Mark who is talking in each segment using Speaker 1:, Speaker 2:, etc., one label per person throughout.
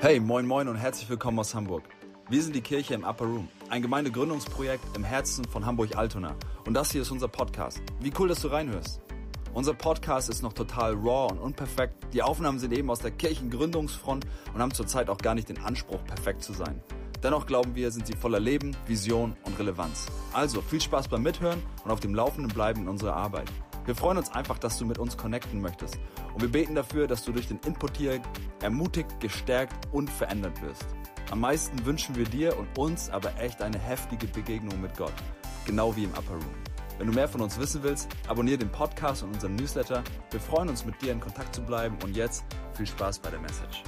Speaker 1: Hey, moin moin und herzlich willkommen aus Hamburg. Wir sind die Kirche im Upper Room, ein Gemeindegründungsprojekt im Herzen von Hamburg-Altona. Und das hier ist unser Podcast. Wie cool, dass du reinhörst. Unser Podcast ist noch total raw und unperfekt. Die Aufnahmen sind eben aus der Kirchengründungsfront und haben zurzeit auch gar nicht den Anspruch, perfekt zu sein. Dennoch glauben wir, sind sie voller Leben, Vision und Relevanz. Also viel Spaß beim Mithören und auf dem Laufenden bleiben in unserer Arbeit. Wir freuen uns einfach, dass du mit uns connecten möchtest. Und wir beten dafür, dass du durch den Input hier ermutigt, gestärkt und verändert wirst. Am meisten wünschen wir dir und uns aber echt eine heftige Begegnung mit Gott. Genau wie im Upper Room. Wenn du mehr von uns wissen willst, abonniere den Podcast und unseren Newsletter. Wir freuen uns, mit dir in Kontakt zu bleiben. Und jetzt viel Spaß bei der Message.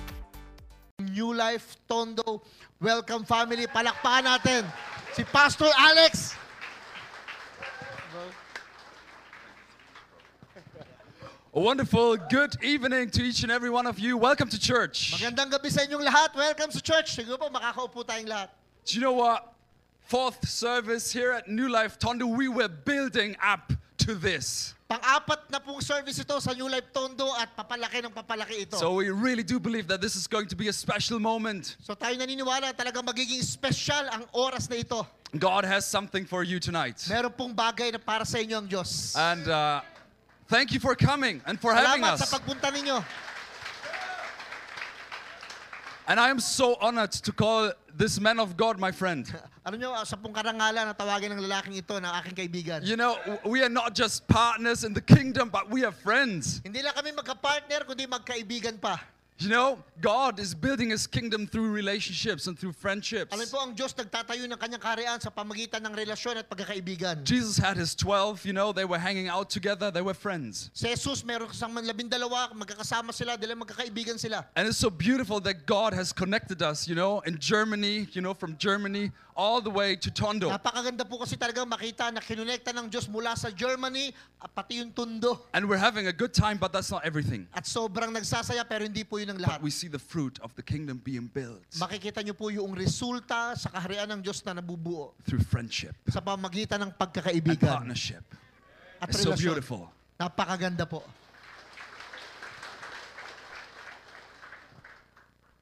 Speaker 2: New Life Tondo. Welcome family. Palakpakan natin si Pastor Alex.
Speaker 3: A wonderful good evening to each and every one of you. Welcome to church.
Speaker 2: Magandang gabi sa inyong lahat. Welcome sa church. Siguro po makakaupo tayong lahat.
Speaker 3: Do you know what? Fourth service here at New Life Tondo, we were building up to this.
Speaker 2: Pang-apat na pong service ito sa New Life Tondo at papalaki ng papalaki ito. So,
Speaker 3: So we really do believe that this is going to be a special moment.
Speaker 2: tayo naniniwala talagang magiging special ang oras na ito.
Speaker 3: God has something for you tonight.
Speaker 2: Meron pong bagay na para sa inyo ang Diyos.
Speaker 3: And uh, thank you for coming and for having
Speaker 2: Salamat sa
Speaker 3: us.
Speaker 2: pagpunta ninyo.
Speaker 3: And I am so honored to call this man of God my friend.
Speaker 2: Ano nyo, sa pong karangalan na tawagin ng lalaking ito ng aking kaibigan.
Speaker 3: You know, w- we are not just partners in the kingdom, but we are friends.
Speaker 2: Hindi lang kami magka-partner, kundi magkaibigan pa.
Speaker 3: You know, God is building his kingdom through relationships and through friendships.
Speaker 2: Alam po ang Diyos nagtatayo ng kanyang kaharian sa pamagitan ng relasyon at pagkakaibigan.
Speaker 3: Jesus had his 12, you know, they were hanging out together, they were friends.
Speaker 2: Si Jesus, meron kasama labing dalawa, magkakasama sila, dahil magkakaibigan sila.
Speaker 3: And it's so beautiful that God has connected us, you know, in Germany, you know, from Germany all the way to Tondo.
Speaker 2: Napakaganda po kasi talaga makita na kinonekta ng Diyos mula sa Germany, at pati yung tundo.
Speaker 3: And we're having a good time, but that's not everything.
Speaker 2: At sobrang nagsasaya pero hindi po yun ang lahat.
Speaker 3: But we see the fruit of the kingdom being built
Speaker 2: Makikita niyo po yung resulta sa kaharian ng Diyos na nabubuo
Speaker 3: through friendship
Speaker 2: sa pamagitan ng
Speaker 3: and
Speaker 2: pagkakaibigan
Speaker 3: partnership.
Speaker 2: at
Speaker 3: It's so
Speaker 2: relasyon.
Speaker 3: beautiful.
Speaker 2: Napakaganda po.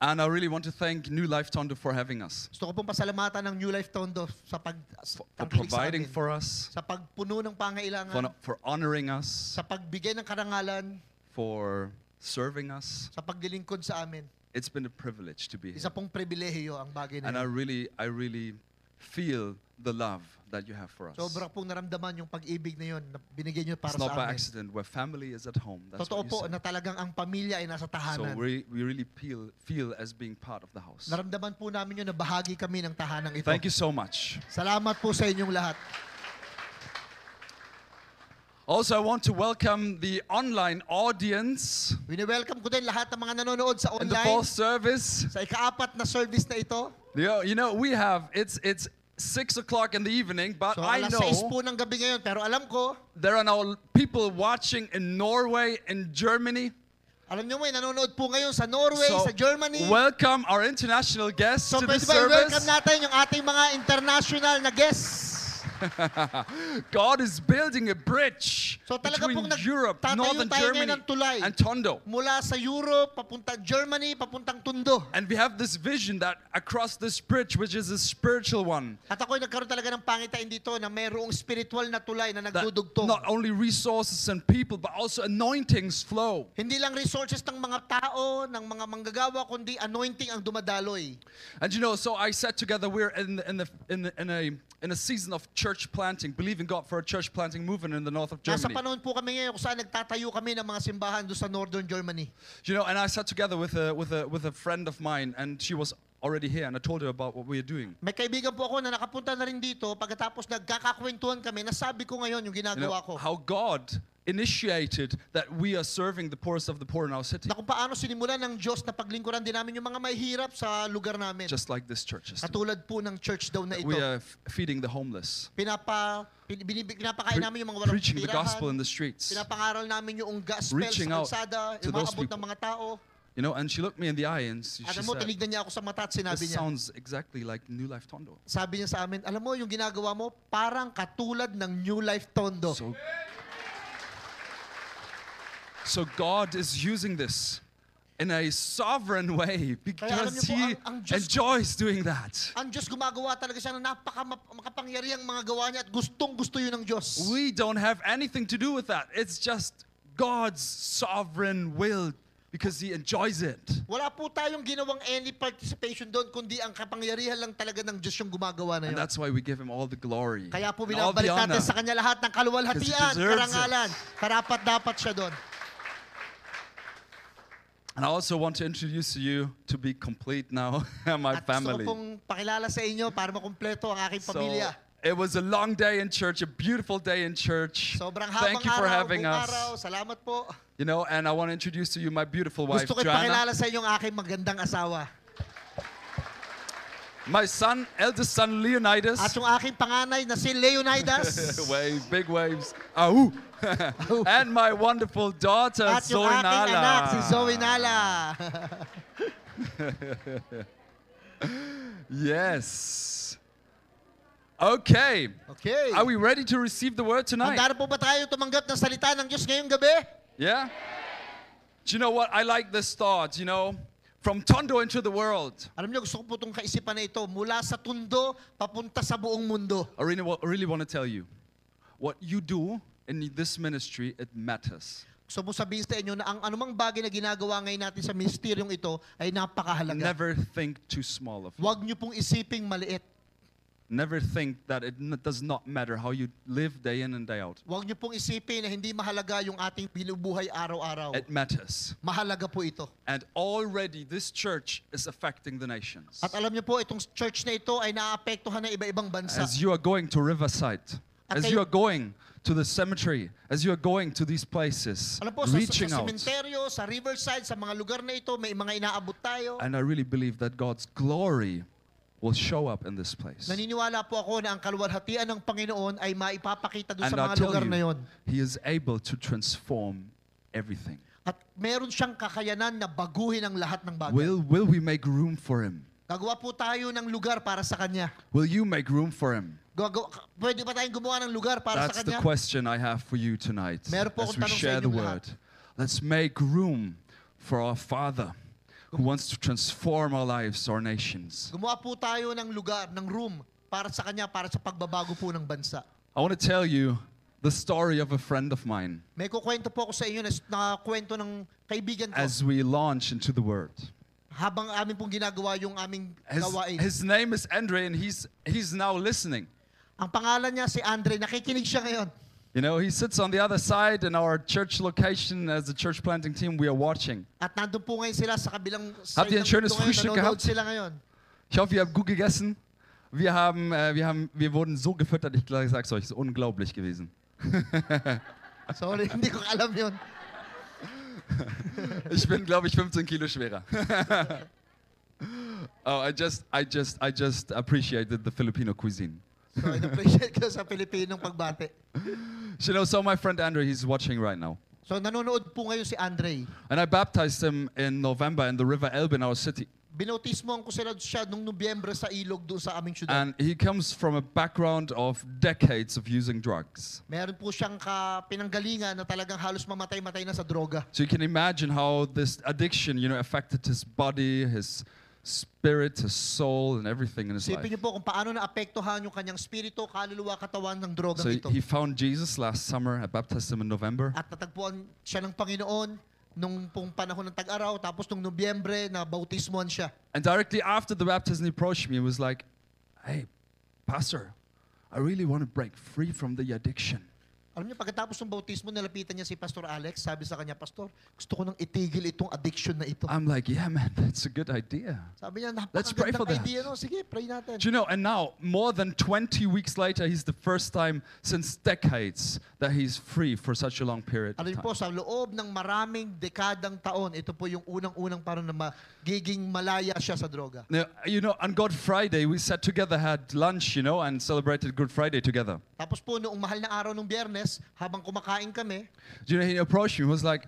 Speaker 3: And I really want to thank New Life Tondo for having us,
Speaker 2: Gusto ko pong pasalamatan ng New Life Tondo sa pag
Speaker 3: for
Speaker 2: tangkilik sa
Speaker 3: providing
Speaker 2: amin.
Speaker 3: for us,
Speaker 2: sa pagpuno ng pangailangan.
Speaker 3: for, for honoring us,
Speaker 2: sa pagbigay ng karangalan,
Speaker 3: for serving us.
Speaker 2: sa paglilingkod sa amin.
Speaker 3: It's been a privilege to be here.
Speaker 2: Isa pong pribilehiyo ang bagay na
Speaker 3: And I
Speaker 2: yun.
Speaker 3: really, I really feel the love that you have for us.
Speaker 2: Sobra pong naramdaman yung pag-ibig na yun na binigay nyo para
Speaker 3: It's
Speaker 2: sa
Speaker 3: not by
Speaker 2: amin.
Speaker 3: accident where family is at home. That's
Speaker 2: Totoo
Speaker 3: what you
Speaker 2: po
Speaker 3: said.
Speaker 2: na talagang ang pamilya ay nasa
Speaker 3: So
Speaker 2: tahanan.
Speaker 3: we, we really feel, feel as being part of the house.
Speaker 2: Naramdaman po namin yun na bahagi kami ng tahanang ito.
Speaker 3: Thank you so much.
Speaker 2: Salamat po sa inyong lahat.
Speaker 3: Also, I want to welcome the online audience
Speaker 2: Wini-welcome ko din lahat ng mga nanonood sa
Speaker 3: in the fall
Speaker 2: online
Speaker 3: service.
Speaker 2: sa ikaapat na service na ito.
Speaker 3: You know, you know, we have, it's, it's six o'clock in the evening, but
Speaker 2: So
Speaker 3: I
Speaker 2: alas 6
Speaker 3: know
Speaker 2: po ng gabi ngayon pero alam ko,
Speaker 3: there are now people watching in Norway and Germany.
Speaker 2: alam nyo may nanonood po ngayon sa Norway,
Speaker 3: So,
Speaker 2: sa Germany.
Speaker 3: welcome our international guests
Speaker 2: So
Speaker 3: to
Speaker 2: pwede
Speaker 3: this
Speaker 2: ba i-welcome
Speaker 3: service.
Speaker 2: natin yung ating mga international na guests?
Speaker 3: God is building a bridge
Speaker 2: So talaga pong
Speaker 3: between
Speaker 2: nag-
Speaker 3: Europe,
Speaker 2: tatayo
Speaker 3: Northern
Speaker 2: tayo ngayon
Speaker 3: Germany,
Speaker 2: ng tulay.
Speaker 3: and Tondo.
Speaker 2: Mula sa Europe, papunta Germany, papuntang Tundo.
Speaker 3: And we have this vision that across this bridge, which is a spiritual one,
Speaker 2: At ako'y nagkaroon talaga ng pangitain dito na mayroong spiritual na tulay na
Speaker 3: that
Speaker 2: nagdudugtong.
Speaker 3: not only resources and people, but also anointings flow.
Speaker 2: Hindi lang resources ng mga tao, ng mga manggagawa, kundi anointing ang dumadaloy.
Speaker 3: And you know, so I said together, we're in, the- in, the, in, the, in, a, in a season of church planting, believing God for a church planting movement in the north of
Speaker 2: Nasa
Speaker 3: Germany.
Speaker 2: panahon po kami ngayon kung saan nagtatayo kami ng mga simbahan doon sa Northern Germany.
Speaker 3: You know, and I sat together with a, with, a, with a friend of mine, and she was already here, and I told her about what we are doing.
Speaker 2: May kaibigan po ako na nakapunta na rin dito pagkatapos nagkakakwentuhan kami, nasabi ko ngayon yung
Speaker 3: You know,
Speaker 2: ginagawa ko.
Speaker 3: how God initiated that we are serving the poorest of the poor in our city,
Speaker 2: Na kung paano sinimulan ng Diyos na paglingkuran din namin yung mga may hirap sa lugar namin.
Speaker 3: just like this church is doing.
Speaker 2: Katulad po ng church daw na ito.
Speaker 3: We are f- feeding the homeless,
Speaker 2: pinapa pin- binibig- pinapakain
Speaker 3: pre-
Speaker 2: namin yung mga walang
Speaker 3: preaching the
Speaker 2: tirahan.
Speaker 3: gospel in the streets.
Speaker 2: Pinapangaral namin yung gospel
Speaker 3: Reaching
Speaker 2: sa
Speaker 3: out
Speaker 2: kalsada,
Speaker 3: to
Speaker 2: yung
Speaker 3: those
Speaker 2: maabot ng
Speaker 3: people.
Speaker 2: mga tao.
Speaker 3: You know, and she looked me in the eye and she she
Speaker 2: Alam mo,
Speaker 3: said,
Speaker 2: tinignan niya ako sa mata at sinabi
Speaker 3: "This
Speaker 2: niya,
Speaker 3: sounds exactly like New Life Tondo."
Speaker 2: sabi niya sa amin, alam mo, yung ginagawa mo, parang katulad ng New Life Tondo.
Speaker 3: So, so God is using this in a sovereign
Speaker 2: alam
Speaker 3: way because
Speaker 2: niyo po,
Speaker 3: he
Speaker 2: ang- ang Diyos-
Speaker 3: enjoys doing that.
Speaker 2: Ang Diyos gumagawa talaga siya ng napaka makapangyariang mga gawa niya at gustong gusto yun ng Diyos.
Speaker 3: We don't have anything to do with that. It's just God's sovereign will because he enjoys it.
Speaker 2: Wala po tayong ginawang any participation doon, kundi ang kapangyarihan lang talaga ng Diyos yung gumagawa na
Speaker 3: And
Speaker 2: yun.
Speaker 3: that's why we give him all the glory.
Speaker 2: Kaya po
Speaker 3: and all the
Speaker 2: binabalik natin
Speaker 3: honor.
Speaker 2: sa kanya lahat ng kaluwalhatian,
Speaker 3: Because he deserves
Speaker 2: karangalan, karapat-dapat siya doon.
Speaker 3: And I also want to introduce you to be complete now, my
Speaker 2: At gusto ko
Speaker 3: family.
Speaker 2: pong pakilala sa inyo para makumpleto ang aking pamilya.
Speaker 3: it was a long day in church, a beautiful day in church.
Speaker 2: Sobrang habang
Speaker 3: Thank you for
Speaker 2: araw,
Speaker 3: having
Speaker 2: buong
Speaker 3: us.
Speaker 2: araw. Salamat po.
Speaker 3: You know, and I want to introduce to you my beautiful wife,
Speaker 2: Gusto ko
Speaker 3: Joanna.
Speaker 2: ipakilala sa inyo ang aking magandang asawa.
Speaker 3: My son, eldest son, Leonidas.
Speaker 2: At yung aking panganay na si Leonidas.
Speaker 3: Waves, big waves. Au! and my wonderful daughter,
Speaker 2: At yung
Speaker 3: Zoe
Speaker 2: aking
Speaker 3: Nala.
Speaker 2: anak, si Zoe Nala.
Speaker 3: Yes. Okay.
Speaker 2: Okay.
Speaker 3: Are we ready to receive the word tonight?
Speaker 2: Handa na po ba tayo tumanggap ng salita ng Diyos ngayong gabi?
Speaker 3: Yeah? Do you know what? I like this thought, you know? From Tondo into the world.
Speaker 2: Alam niyo, gusto ko po itong kaisipan na ito. Mula sa tundo, papunta sa buong mundo.
Speaker 3: I really, wa- I really want to tell you what you do in this ministry, it matters.
Speaker 2: Gusto po sabihin sa inyo na ang anumang bagay na ginagawa ngayon natin sa ministeryong ito ay napakahalaga.
Speaker 3: Never think too small of it.
Speaker 2: Huwag niyo pong isiping maliit.
Speaker 3: Never think that it n- does not matter how you live day in and day out.
Speaker 2: Huwag niyo pong isipin na hindi mahalaga yung ating binubuhay araw-araw.
Speaker 3: It matters.
Speaker 2: Mahalaga po ito.
Speaker 3: And already this church is affecting the nations.
Speaker 2: At alam niyo po, itong church na ito ay naaapektuhan ng iba-ibang bansa.
Speaker 3: As you are going to Riverside, as
Speaker 2: Okay.
Speaker 3: you are going to the cemetery, as you are going to these places,
Speaker 2: Alam po, sa, sa,
Speaker 3: reaching
Speaker 2: sa
Speaker 3: out.
Speaker 2: sementeryo, sa riverside, sa mga lugar na ito, may mga inaabot tayo.
Speaker 3: And I really believe that God's glory will show up in this place.
Speaker 2: Naniniwala po ako na ang kaluwalhatian ng Panginoon ay maipapakita doon
Speaker 3: And
Speaker 2: sa
Speaker 3: I
Speaker 2: mga lugar
Speaker 3: tell
Speaker 2: na
Speaker 3: you,
Speaker 2: yon.
Speaker 3: He is able to transform everything.
Speaker 2: At meron siyang kakayanan na baguhin ang lahat ng bagay.
Speaker 3: Will, will we make room for Him?
Speaker 2: Gagawa po tayo ng lugar para sa Kanya.
Speaker 3: Will you make room for Him?
Speaker 2: Gagawa, pwede ba tayong gumawa ng lugar para sa
Speaker 3: That's
Speaker 2: Kanya?
Speaker 3: the question I have for you tonight
Speaker 2: Meron po
Speaker 3: as
Speaker 2: akong
Speaker 3: we
Speaker 2: tanong sa
Speaker 3: share the
Speaker 2: inyong
Speaker 3: word.
Speaker 2: lahat.
Speaker 3: Let's make room for our Father who wants to transform our lives, our nations.
Speaker 2: Gumawa po tayo ng lugar, ng room para sa Kanya, para sa pagbabago po ng bansa.
Speaker 3: I want to tell you the story of a friend of mine
Speaker 2: May kukwento po ako sa inyo na, na kwento ng kaibigan ko
Speaker 3: as we launch into the word.
Speaker 2: habang amin pong ginagawa yung aming
Speaker 3: His,
Speaker 2: gawain.
Speaker 3: his name is Andre and he's, he's now listening.
Speaker 2: Ang pangalan niya si Andre, nakikinig siya ngayon.
Speaker 3: You know, he sits on the other side in our church location as a church planting team. We are watching.
Speaker 2: At nandun po ngayon sila sa kabilang
Speaker 3: Habt ihr ein schönes
Speaker 2: mundo ngayon,
Speaker 3: Frühstück
Speaker 2: nanonood
Speaker 3: gehabt?
Speaker 2: sila ngayon.
Speaker 3: Ich hoffe, ihr habt gut gegessen. Wir, haben, äh, wir, haben, wir wurden so gefüttert, ich gl- sag's euch, es ist unglaublich gewesen.
Speaker 2: Sorry, hindi ko alam yun.
Speaker 3: Ich bin, glaube ich, 15 Kilo schwerer. oh, I just, I just, I just appreciated the Filipino cuisine.
Speaker 2: So, in-appreciate ko sa Pilipinong pagbate.
Speaker 3: So, you know, so my friend Andre, he's watching right now.
Speaker 2: So, nanonood po ngayon si Andre.
Speaker 3: And I baptized him in November in the River Elbe in our city.
Speaker 2: Binautismo ko sila siya nung Nobyembre sa ilog doon sa aming syudad.
Speaker 3: And he comes from a background of decades of using drugs.
Speaker 2: Meron po siyang ka pinanggalingan na talagang halos mamatay-matay na sa droga.
Speaker 3: So you can imagine how this addiction, you know, affected his body, his spirit, his soul, and everything in his
Speaker 2: Isipin
Speaker 3: life.
Speaker 2: niyo po kung paano naapektuhan yung kanyang spirito, kaluluwa, katawan ng droga
Speaker 3: So
Speaker 2: ito.
Speaker 3: he found Jesus last summer. I baptized him in November.
Speaker 2: At natagpuan siya ng Panginoon nung pong panahon ng tag-araw, tapos nung Nobyembre, na bautismoan siya.
Speaker 3: And directly after the baptism, he approached me and was like, Hey, Pastor, I really want to break free from the addiction.
Speaker 2: Alam niyo, pagkatapos ng bautismo, nalapitan niya si Pastor Alex. Sabi sa kanya, Pastor, gusto ko nang itigil itong addiction na ito.
Speaker 3: I'm like, Yeah, man, that's a good idea.
Speaker 2: Sabi niya,
Speaker 3: Ah, Let's pray for
Speaker 2: napakagandang
Speaker 3: that.
Speaker 2: idea. No? Sige, pray natin.
Speaker 3: Do you know, and now, more than 20 weeks later, he's the first time since decades that he's free for such a long period.
Speaker 2: Alam
Speaker 3: Of
Speaker 2: niyo Ano
Speaker 3: time.
Speaker 2: po, sa loob ng maraming dekadang taon, ito po yung unang-unang parang na magiging malaya siya sa droga.
Speaker 3: Now, you know, on God Friday, we sat together, had lunch, you know, and celebrated Good Friday together.
Speaker 2: Tapos po, noong mahal na araw ng biyernes, habang kumakain kami,
Speaker 3: You know, he approached me, he was like,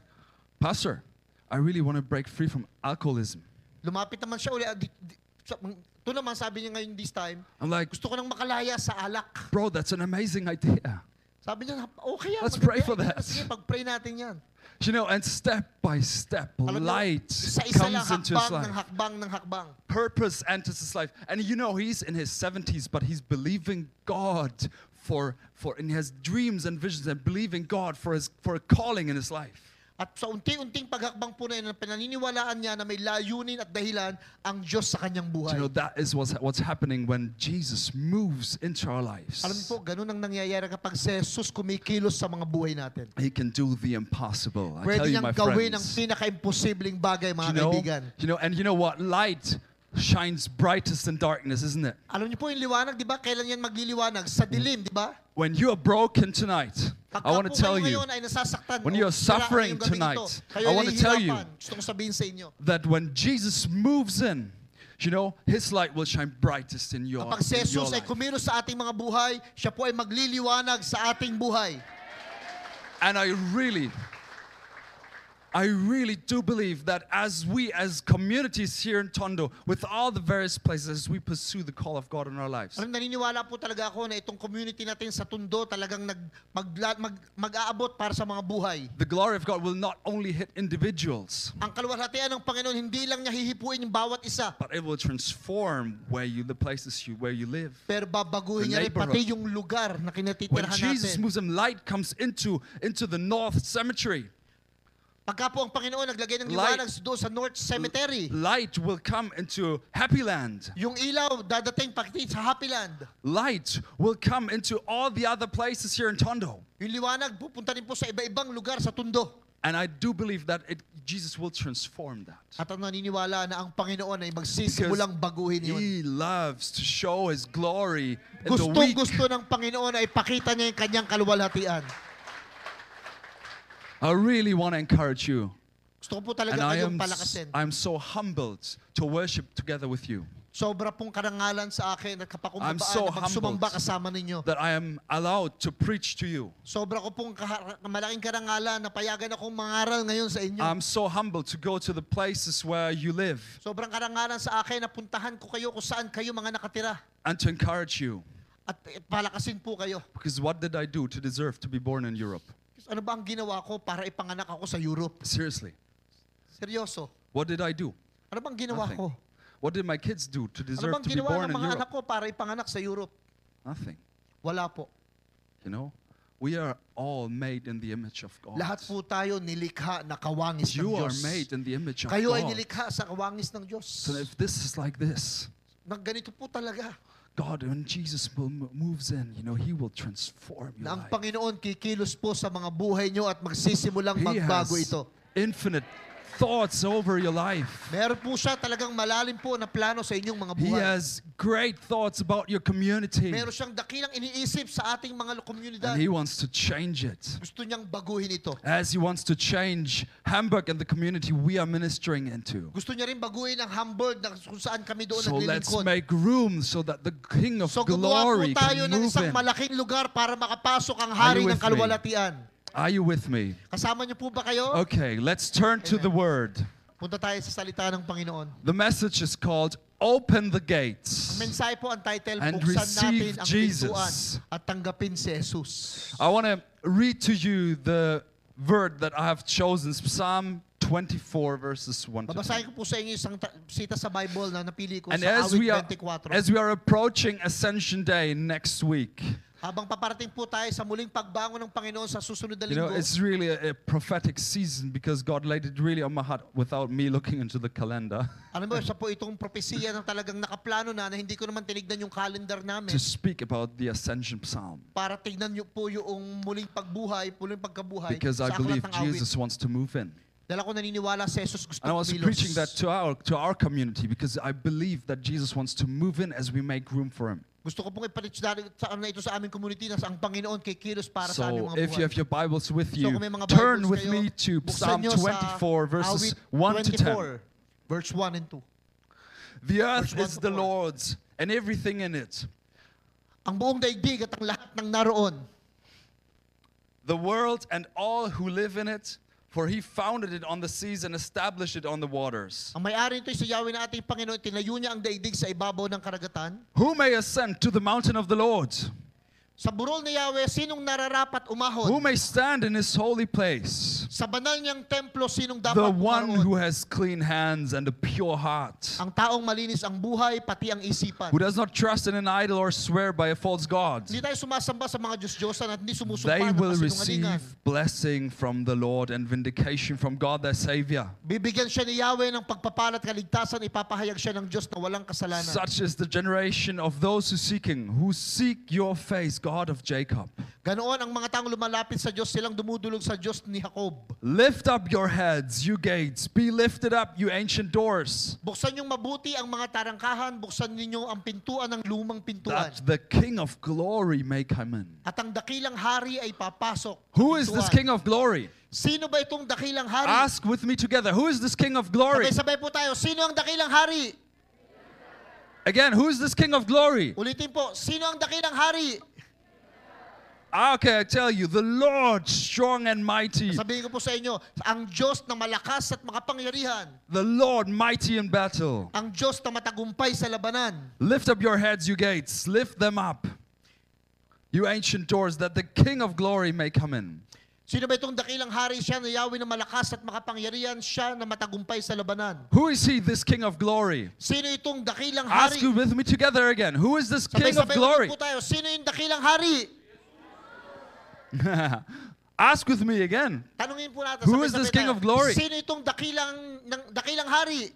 Speaker 3: Pastor, I really want to break free from alcoholism.
Speaker 2: lumapit naman siya uli. ah, di- di- sa- mang- Ito naman, sabi niya ngayon this time,
Speaker 3: I'm like,
Speaker 2: gusto ko nang makalaya sa alak.
Speaker 3: bro, that's an amazing idea.
Speaker 2: Sabi niya, okay yan.
Speaker 3: Let's
Speaker 2: maganda
Speaker 3: pray for
Speaker 2: yan.
Speaker 3: that.
Speaker 2: Sige, pag-pray natin yan.
Speaker 3: You know, and step by step,
Speaker 2: Alam niyo,
Speaker 3: light
Speaker 2: isa-isa lang
Speaker 3: comes into his
Speaker 2: hakbang ng
Speaker 3: life.
Speaker 2: hakbang ng hakbang.
Speaker 3: Purpose enters his life. And you know, he's in his 70s, but he's believing God for, for in his dreams and visions and believing God for, his, for a calling in his life.
Speaker 2: At sa unti-unting paghakbang po na yun, pinaniniwalaan niya na may layunin at dahilan ang Diyos sa kanyang
Speaker 3: You
Speaker 2: buhay.
Speaker 3: know, that is what's, what's happening when Jesus moves into our lives.
Speaker 2: Alam niyo po, ganun ang nangyayari kapag si Jesus kumikilos sa mga buhay natin.
Speaker 3: He can do the impossible. I tell
Speaker 2: Pwede
Speaker 3: you,
Speaker 2: niyang
Speaker 3: my
Speaker 2: gawin ang
Speaker 3: friends.
Speaker 2: pinaka-imposibleng bagay, mga
Speaker 3: you know,
Speaker 2: kaibigan.
Speaker 3: you know, and you know what? Light shines brightest in darkness, isn't it?
Speaker 2: Alam niyo po yung liwanag, di ba? Kailan yan magliliwanag? Sa dilim, di ba?
Speaker 3: When you are broken tonight, I
Speaker 2: Pagka
Speaker 3: want
Speaker 2: po
Speaker 3: to tell
Speaker 2: kayo
Speaker 3: you
Speaker 2: ngayon ay nasasaktan,
Speaker 3: when
Speaker 2: o
Speaker 3: you're
Speaker 2: wala
Speaker 3: suffering
Speaker 2: ngayong gabing
Speaker 3: tonight,
Speaker 2: ito,
Speaker 3: I wanna
Speaker 2: ay
Speaker 3: tell you-
Speaker 2: nahihirapan. Gusto kong sabihin sa inyo.
Speaker 3: that when Jesus moves in, you know, his light will shine brightest in your,
Speaker 2: Kapag si
Speaker 3: in your
Speaker 2: Jesus ay
Speaker 3: life.
Speaker 2: kumilos sa ating mga buhay, siya po ay magliliwanag sa ating buhay.
Speaker 3: And I really, I really do believe that as we, as communities here in Tondo, with all the various places, as we pursue the call of God in our lives,
Speaker 2: Alam, naniniwala po talaga ako na itong community natin sa Tundo talagang nag, magla- mag, mag-aabot para sa mga buhay.
Speaker 3: the glory of God will not only hit individuals,
Speaker 2: Ang kaluwalhatian ng Panginoon, hindi lang niya hihipuin yung bawat isa,
Speaker 3: but it will transform where you, the places you, where you live.
Speaker 2: pero babaguhin niya
Speaker 3: The
Speaker 2: rin
Speaker 3: neighborhood.
Speaker 2: pati yung lugar na
Speaker 3: When
Speaker 2: kinatitirahan
Speaker 3: Jesus
Speaker 2: natin.
Speaker 3: moves in, light comes into into the North Cemetery.
Speaker 2: Pagka po ang Panginoon naglagay ng
Speaker 3: Light.
Speaker 2: liwanag doon sa North Cemetery,
Speaker 3: Light will come into Happy Land.
Speaker 2: yung ilaw dadating pati sa Happy Land.
Speaker 3: Light will come into all the other places here in Tondo.
Speaker 2: Yung liwanag pupunta rin po sa iba-ibang lugar sa Tundo.
Speaker 3: And I do believe that it, Jesus will transform that.
Speaker 2: At ang naniniwala na ang Panginoon ay magsisimulang baguhin yun.
Speaker 3: He loves to show his glory in the
Speaker 2: Gustong
Speaker 3: weak.
Speaker 2: gusto ng Panginoon ay pakita niya yung kanyang kaluwalhatian.
Speaker 3: I really want to encourage you.
Speaker 2: Gusto ko po
Speaker 3: And
Speaker 2: talaga
Speaker 3: I
Speaker 2: kayong
Speaker 3: am s-
Speaker 2: palakasin.
Speaker 3: I'm so humbled to worship together with you.
Speaker 2: Sobra pong karangalan sa akin at kapakumbabaan
Speaker 3: I'm so
Speaker 2: na magsumamba
Speaker 3: humbled.
Speaker 2: kasama ninyo.
Speaker 3: That I am allowed to preach to you.
Speaker 2: Sobra ko pong kaha- malaking karangalan na payagan akong mangaral ngayon sa inyo.
Speaker 3: I'm so humbled to go to the places where you live
Speaker 2: Sobrang karangalan sa akin na puntahan ko kayo kung saan kayo mga nakatira.
Speaker 3: and to encourage you.
Speaker 2: At eh, palakasin po kayo.
Speaker 3: Because what did I do to deserve to be born in Europe?
Speaker 2: Ano ba ang ginawa ko para ipanganak ako sa Europe?
Speaker 3: Seriously,
Speaker 2: Seryoso.
Speaker 3: what did I do?
Speaker 2: Ano bang ginawa
Speaker 3: Nothing.
Speaker 2: ko?
Speaker 3: What did my kids do to
Speaker 2: Ano
Speaker 3: deserve
Speaker 2: bang
Speaker 3: to be
Speaker 2: ginawa ng
Speaker 3: born in
Speaker 2: mga anak
Speaker 3: Europe?
Speaker 2: ko para ipanganak sa Europe?
Speaker 3: Nothing.
Speaker 2: Wala po.
Speaker 3: You know, we are all made in the image of God.
Speaker 2: Lahat po tayo nilikha na kawangis ng
Speaker 3: You are
Speaker 2: Diyos.
Speaker 3: made in the image of
Speaker 2: Kayo ay
Speaker 3: God.
Speaker 2: nilikha sa kawangis ng Diyos.
Speaker 3: So if this is like this,
Speaker 2: Nang ganito po talaga
Speaker 3: God, when Jesus will- moves in, you know, He will transform your
Speaker 2: na ang
Speaker 3: life.
Speaker 2: Panginoon kikilos po sa mga buhay nyo at magsisimulang
Speaker 3: He
Speaker 2: magbago
Speaker 3: has
Speaker 2: ito.
Speaker 3: infinite thoughts over your life.
Speaker 2: Meron po siya talagang malalim po na plano sa inyong mga
Speaker 3: He
Speaker 2: buhay.
Speaker 3: has great thoughts about your community.
Speaker 2: Meron siyang dakilang iniisip sa ating mga komunidad.
Speaker 3: And he wants to change it.
Speaker 2: Gusto niyang baguhin ito.
Speaker 3: As he wants to change Hamburg and the community we are ministering into.
Speaker 2: Gusto niya rin baguhin ang Hamburg na kung saan kami doon
Speaker 3: So let's
Speaker 2: naglilingkod.
Speaker 3: make room so that the King of
Speaker 2: So gumawa po
Speaker 3: Glory
Speaker 2: tayo
Speaker 3: can
Speaker 2: ng
Speaker 3: move
Speaker 2: isang
Speaker 3: in.
Speaker 2: malaking lugar para makapasok ang hari
Speaker 3: you
Speaker 2: ng
Speaker 3: with me?
Speaker 2: kaluwalatian.
Speaker 3: Are you with me?
Speaker 2: Kasama niyo po ba kayo?
Speaker 3: Okay, let's turn to the word.
Speaker 2: Punta tayo sa salita ng Panginoon.
Speaker 3: The message is called Open the
Speaker 2: Ang
Speaker 3: Gates.
Speaker 2: mensahe po ang title,
Speaker 3: And
Speaker 2: Buksan natin
Speaker 3: receive
Speaker 2: ang
Speaker 3: Jesus.
Speaker 2: pintuan at tanggapin si Jesus.
Speaker 3: I want to read to you the word that I have chosen Psalm 24, verses 1 to 10.
Speaker 2: Babasahin ko po sa inyo isang ta- sita sa Bible na napili ko
Speaker 3: And
Speaker 2: sa
Speaker 3: as
Speaker 2: awit
Speaker 3: we, are,
Speaker 2: 24.
Speaker 3: as we are approaching Ascension Day next week,
Speaker 2: Habang paparating po tayo sa muling pagbangon ng Panginoon sa susunod na
Speaker 3: you know,
Speaker 2: linggo,
Speaker 3: it's really a, a prophetic season because God laid it really on my heart without me looking into the calendar
Speaker 2: alam mo, siya po itong propesiya na talagang nakaplano na na hindi ko naman tinignan yung calendar namin
Speaker 3: to speak about the Ascension Psalm
Speaker 2: para tignan niyo po yung muling pagbuhay, muling pagkabuhay
Speaker 3: because
Speaker 2: sa
Speaker 3: I
Speaker 2: aklat
Speaker 3: believe
Speaker 2: ng awit.
Speaker 3: Jesus wants to move in.
Speaker 2: Dahil ako naniniwala sa Jesus gusto
Speaker 3: And I was
Speaker 2: kumilos.
Speaker 3: preaching that to our, to our community because I believe that Jesus wants to move in as we make room for him.
Speaker 2: Gusto ko pong ipalit sa sa- na ito sa aming community na sa- ang Panginoon kay Kilos para sa aming
Speaker 3: So
Speaker 2: mga
Speaker 3: if you
Speaker 2: buhay.
Speaker 3: have your Bibles with
Speaker 2: so
Speaker 3: you,
Speaker 2: kung may mga Bibles
Speaker 3: turn with
Speaker 2: kayo,
Speaker 3: me to
Speaker 2: buksan
Speaker 3: Psalm
Speaker 2: nyo sa
Speaker 3: 24, verses
Speaker 2: awit
Speaker 3: 1 to
Speaker 2: 24,
Speaker 3: 10.
Speaker 2: Verse 1 and 2.
Speaker 3: The
Speaker 2: Verse
Speaker 3: earth
Speaker 2: one
Speaker 3: is
Speaker 2: to
Speaker 3: the
Speaker 2: four.
Speaker 3: Lord's and everything in it,
Speaker 2: Ang buong daigdig at ang lahat ng naroon,
Speaker 3: the world and all who live in it, for he founded it on the seas and established it on the waters.
Speaker 2: ang may-ari nito'y sa Yahweh na ating Panginoon, tinayo niya ang daigdig sa ibabaw ng karagatan.
Speaker 3: Who may ascend to the mountain of the Lord?
Speaker 2: Sa burol ni Yahweh, sinong nararapat
Speaker 3: Who
Speaker 2: umahon?
Speaker 3: may stand in his holy place?
Speaker 2: Sa banal niyang templo, sinong dapat
Speaker 3: The one
Speaker 2: umaroon?
Speaker 3: who has clean hands and a pure heart,
Speaker 2: Ang taong malinis ang buhay, pati ang isipan.
Speaker 3: who does not trust in an idol or swear by a false god.
Speaker 2: Hindi tayo sumasamba sa mga Diyos-Diyosan at hindi sumusumpa
Speaker 3: They
Speaker 2: ng
Speaker 3: will
Speaker 2: kasinungalingan.
Speaker 3: receive blessing from the Lord and vindication from God their Savior.
Speaker 2: Bibigyan siya ni Yahweh ng pagpapala at kaligtasan, ipapahayag siya ng Diyos na walang kasalanan.
Speaker 3: Such is the generation of those who seeking, who seek your face, God of Jacob.
Speaker 2: Ganoon ang mga taong lumalapit sa Diyos, silang dumudulog sa Diyos ni Jacob.
Speaker 3: Lift up your heads, you gates. Be lifted up, you ancient doors,
Speaker 2: Buksan niyong mabuti ang mga tarangkahan, buksan ninyo ang pintuan ng lumang pintuan.
Speaker 3: that the King of glory may come in.
Speaker 2: At ang dakilang hari ay papasok.
Speaker 3: Who is this King Ah, of glory?
Speaker 2: Sino ba itong dakilang hari?
Speaker 3: Ask with me together. Who is this King of glory?
Speaker 2: Sabay-sabay po tayo. Sino ang dakilang hari?
Speaker 3: Again, who is this King of glory?
Speaker 2: Ulitin po. Sino ang dakilang hari?
Speaker 3: Ah, Okay, I tell you, the Lord strong and mighty,
Speaker 2: Sabihin ko po sa inyo, ang Diyos na malakas at makapangyarihan,
Speaker 3: the Lord mighty in battle.
Speaker 2: ang Diyos na matagumpay sa labanan.
Speaker 3: Lift up your heads, you gates. Lift them up, you ancient doors, that the King of glory may come in.
Speaker 2: Sino ba itong dakilang hari siya na Yahweh na malakas at makapangyarihan siya na matagumpay sa labanan?
Speaker 3: Who is he, this King of glory?
Speaker 2: Sino itong dakilang
Speaker 3: Ask you
Speaker 2: hari?
Speaker 3: with me together again. Who is this King of
Speaker 2: Sabay-sabay
Speaker 3: glory?
Speaker 2: ulit po tayo. Sino yung dakilang hari?
Speaker 3: Ask with me again.
Speaker 2: Tanungin po natin.
Speaker 3: Who is
Speaker 2: sabay-sabay
Speaker 3: this King
Speaker 2: tayo.
Speaker 3: of glory?
Speaker 2: Sino itong dakilang, ng, dakilang hari?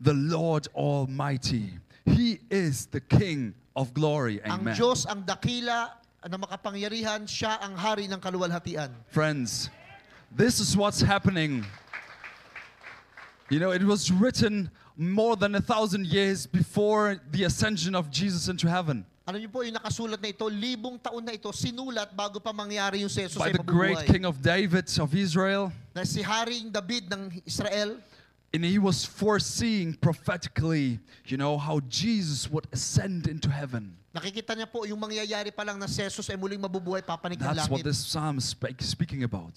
Speaker 3: The Lord Almighty. He is the King of glory.
Speaker 2: Ang
Speaker 3: Amen.
Speaker 2: Diyos ang dakila na makapangyarihan, siya ang hari ng kaluwalhatian.
Speaker 3: Friends, this is what's happening. You know, it was written more than a thousand years before the ascension of Jesus into heaven
Speaker 2: Alam niyo po, yung nakasulat na ito, libong taon na ito, sinulat bago pa mangyari yung seso sa
Speaker 3: by the great
Speaker 2: ipabubuhay.
Speaker 3: King of David of Israel.
Speaker 2: Na si Haring David ng Israel,
Speaker 3: And he was foreseeing prophetically, you know, how Jesus would ascend into heaven.
Speaker 2: nakikita niya po yung mangyayari pa lang na si Jesus ay muling mabubuhay, papanik ng
Speaker 3: That's what
Speaker 2: langit.
Speaker 3: this psalm is spe- speaking about.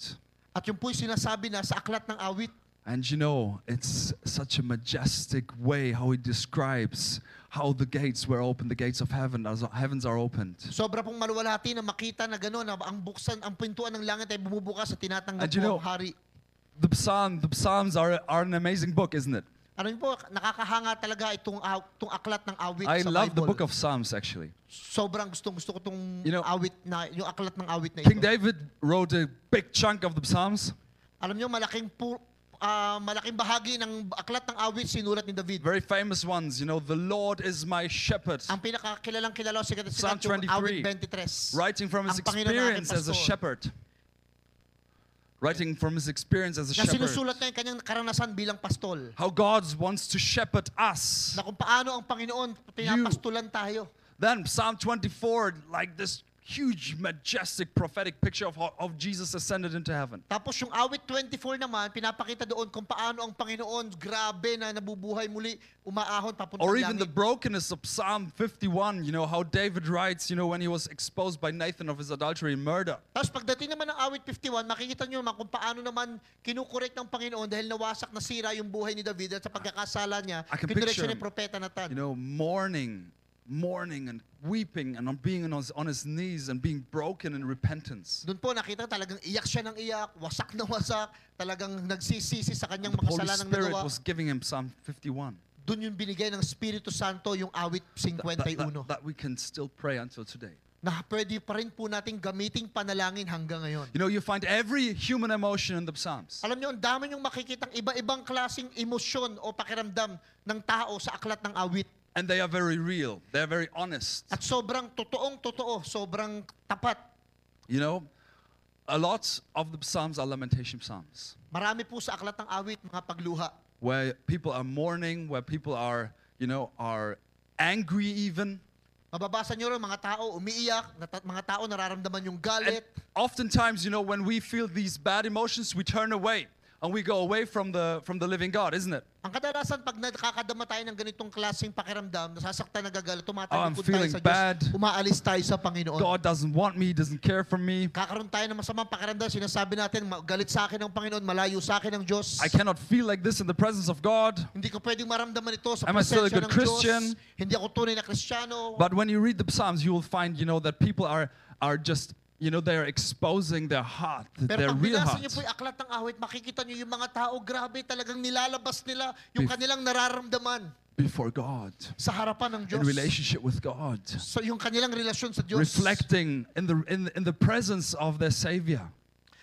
Speaker 2: At yung po yung sinasabi na sa aklat ng awit,
Speaker 3: And you know, it's such a majestic way how he describes how the gates were opened, the gates of heaven, as heavens are opened.
Speaker 2: sobra pong maluwalhati na makita na gano'n, na ang buksan, ang pintuan ng langit ay bumubukas at tinatanggap
Speaker 3: And you
Speaker 2: po
Speaker 3: know-
Speaker 2: ang hari.
Speaker 3: The psalm, the psalms are, are an amazing book, isn't it?
Speaker 2: Ano yun po, nakakahanga talaga itong, aw- itong aklat ng awit
Speaker 3: I
Speaker 2: sa
Speaker 3: love the
Speaker 2: Bible.
Speaker 3: book of Psalms actually.
Speaker 2: Sobrang gustong gusto ko itong
Speaker 3: You know-
Speaker 2: awit na, yung aklat ng awit na
Speaker 3: King
Speaker 2: ito.
Speaker 3: David wrote a big chunk of the psalms,
Speaker 2: Alam niyo, malaking pu- ah, malaking bahagi ng aklat ng awit sinulat ni David.
Speaker 3: very famous ones. You know, the Lord is my shepherd,
Speaker 2: Ang pinakakilalang kilala sa sikat na sikat
Speaker 3: Psalm
Speaker 2: yung awit
Speaker 3: 23.
Speaker 2: 23.
Speaker 3: writing from
Speaker 2: Ang
Speaker 3: his
Speaker 2: Panginoon na aking
Speaker 3: experience as a
Speaker 2: pastor.
Speaker 3: shepherd. Writing from his experience as a
Speaker 2: Na
Speaker 3: shepherd.
Speaker 2: sinusulat niya yung kanyang karanasan bilang pastol.
Speaker 3: How God wants to shepherd us.
Speaker 2: Na kung paano ang Panginoon pinapastulan tayo.
Speaker 3: Then Psalm 24, like this huge, majestic, prophetic picture of, how, of Jesus ascended into heaven.
Speaker 2: Tapos yung awit 24 naman, pinapakita doon kung paano ang Panginoon grabe na nabubuhay muli, umaahon papunta
Speaker 3: Or even the
Speaker 2: langit.
Speaker 3: brokenness of Psalm 51, you know, how David writes, you know, when he was exposed by Nathan of his adultery and murder.
Speaker 2: Tapos pagdating naman ng awit 51, makikita nyo naman kung paano naman kinukorek ng Panginoon dahil nawasak, nasira yung buhay ni David at sa pagkakasala niya,
Speaker 3: I can
Speaker 2: kinurek
Speaker 3: picture
Speaker 2: siya ni
Speaker 3: him.
Speaker 2: Propeta Nathan.
Speaker 3: Ah, You know, mourning, mourning and weeping and on being on his, on his knees and being broken in repentance.
Speaker 2: doon po nakita talagang iyak siya ng iyak, wasak na wasak, talagang nagsisisi sa kanyang
Speaker 3: The
Speaker 2: mga
Speaker 3: Holy
Speaker 2: kasalanang
Speaker 3: Spirit
Speaker 2: nagawa.
Speaker 3: was giving him Psalm 51.
Speaker 2: Doon yung binigay ng Espiritu Santo yung awit
Speaker 3: That, that-
Speaker 2: 51
Speaker 3: that- that we can still pray until today.
Speaker 2: na pwede pa rin po nating gamiting panalangin hanggang ngayon.
Speaker 3: You know, you find every human emotion in the Psalms.
Speaker 2: Alam niyo, ang dami niyong makikitang iba-ibang klasing emosyon o pakiramdam ng tao sa aklat ng awit.
Speaker 3: And they are very real. They're very honest.
Speaker 2: At sobrang totoong totoo, sobrang tapat.
Speaker 3: You know, a lot of the psalms are lamentation psalms,
Speaker 2: Marami po sa aklat ng awit mga pagluha.
Speaker 3: where people are mourning, where people are, you know, are angry even.
Speaker 2: Mababasa niyo rin mga tao umiiyak, nata- mga tao nararamdaman yung
Speaker 3: And
Speaker 2: galit.
Speaker 3: oftentimes, you know, when we feel these bad emotions, we turn away. and we go away from the from the living God, isn't it?
Speaker 2: Ang kadalasan, pag nakakadama tayo ng ganitong klaseng pakiramdam, nasasaktan, nagagala,
Speaker 3: Oh,
Speaker 2: tumatalikod
Speaker 3: I'm
Speaker 2: tayo
Speaker 3: feeling
Speaker 2: sa
Speaker 3: bad.
Speaker 2: Diyos, umaalis tayo sa Panginoon.
Speaker 3: God doesn't want me, doesn't care for me.
Speaker 2: Kakaroon tayo ng masamang pakiramdam, sinasabi natin, "Ma- galit sa akin ang Panginoon, malayo sa akin ang Diyos.
Speaker 3: I cannot feel like this in the presence of God.
Speaker 2: Hindi ko pwedeng maramdaman ito sa
Speaker 3: Am I still a
Speaker 2: presensya
Speaker 3: good
Speaker 2: ng
Speaker 3: Christian?
Speaker 2: Diyos. Hindi ako tunay na Kristiyano.
Speaker 3: But when you read the Psalms, you will find, you know, that people are are just, you know, they're exposing their heart,
Speaker 2: Pero
Speaker 3: their
Speaker 2: pag
Speaker 3: real
Speaker 2: binasa
Speaker 3: heart.
Speaker 2: niyo po yung aklat ng awit, makikita niyo yung mga tao, grabe, talagang nilalabas nila yung
Speaker 3: Bef-
Speaker 2: kanilang nararamdaman
Speaker 3: before God,
Speaker 2: sa harapan ng
Speaker 3: in
Speaker 2: Diyos.
Speaker 3: relationship with God,
Speaker 2: So yung kanilang relasyon sa Diyos.
Speaker 3: reflecting in the in, in the presence of their Savior.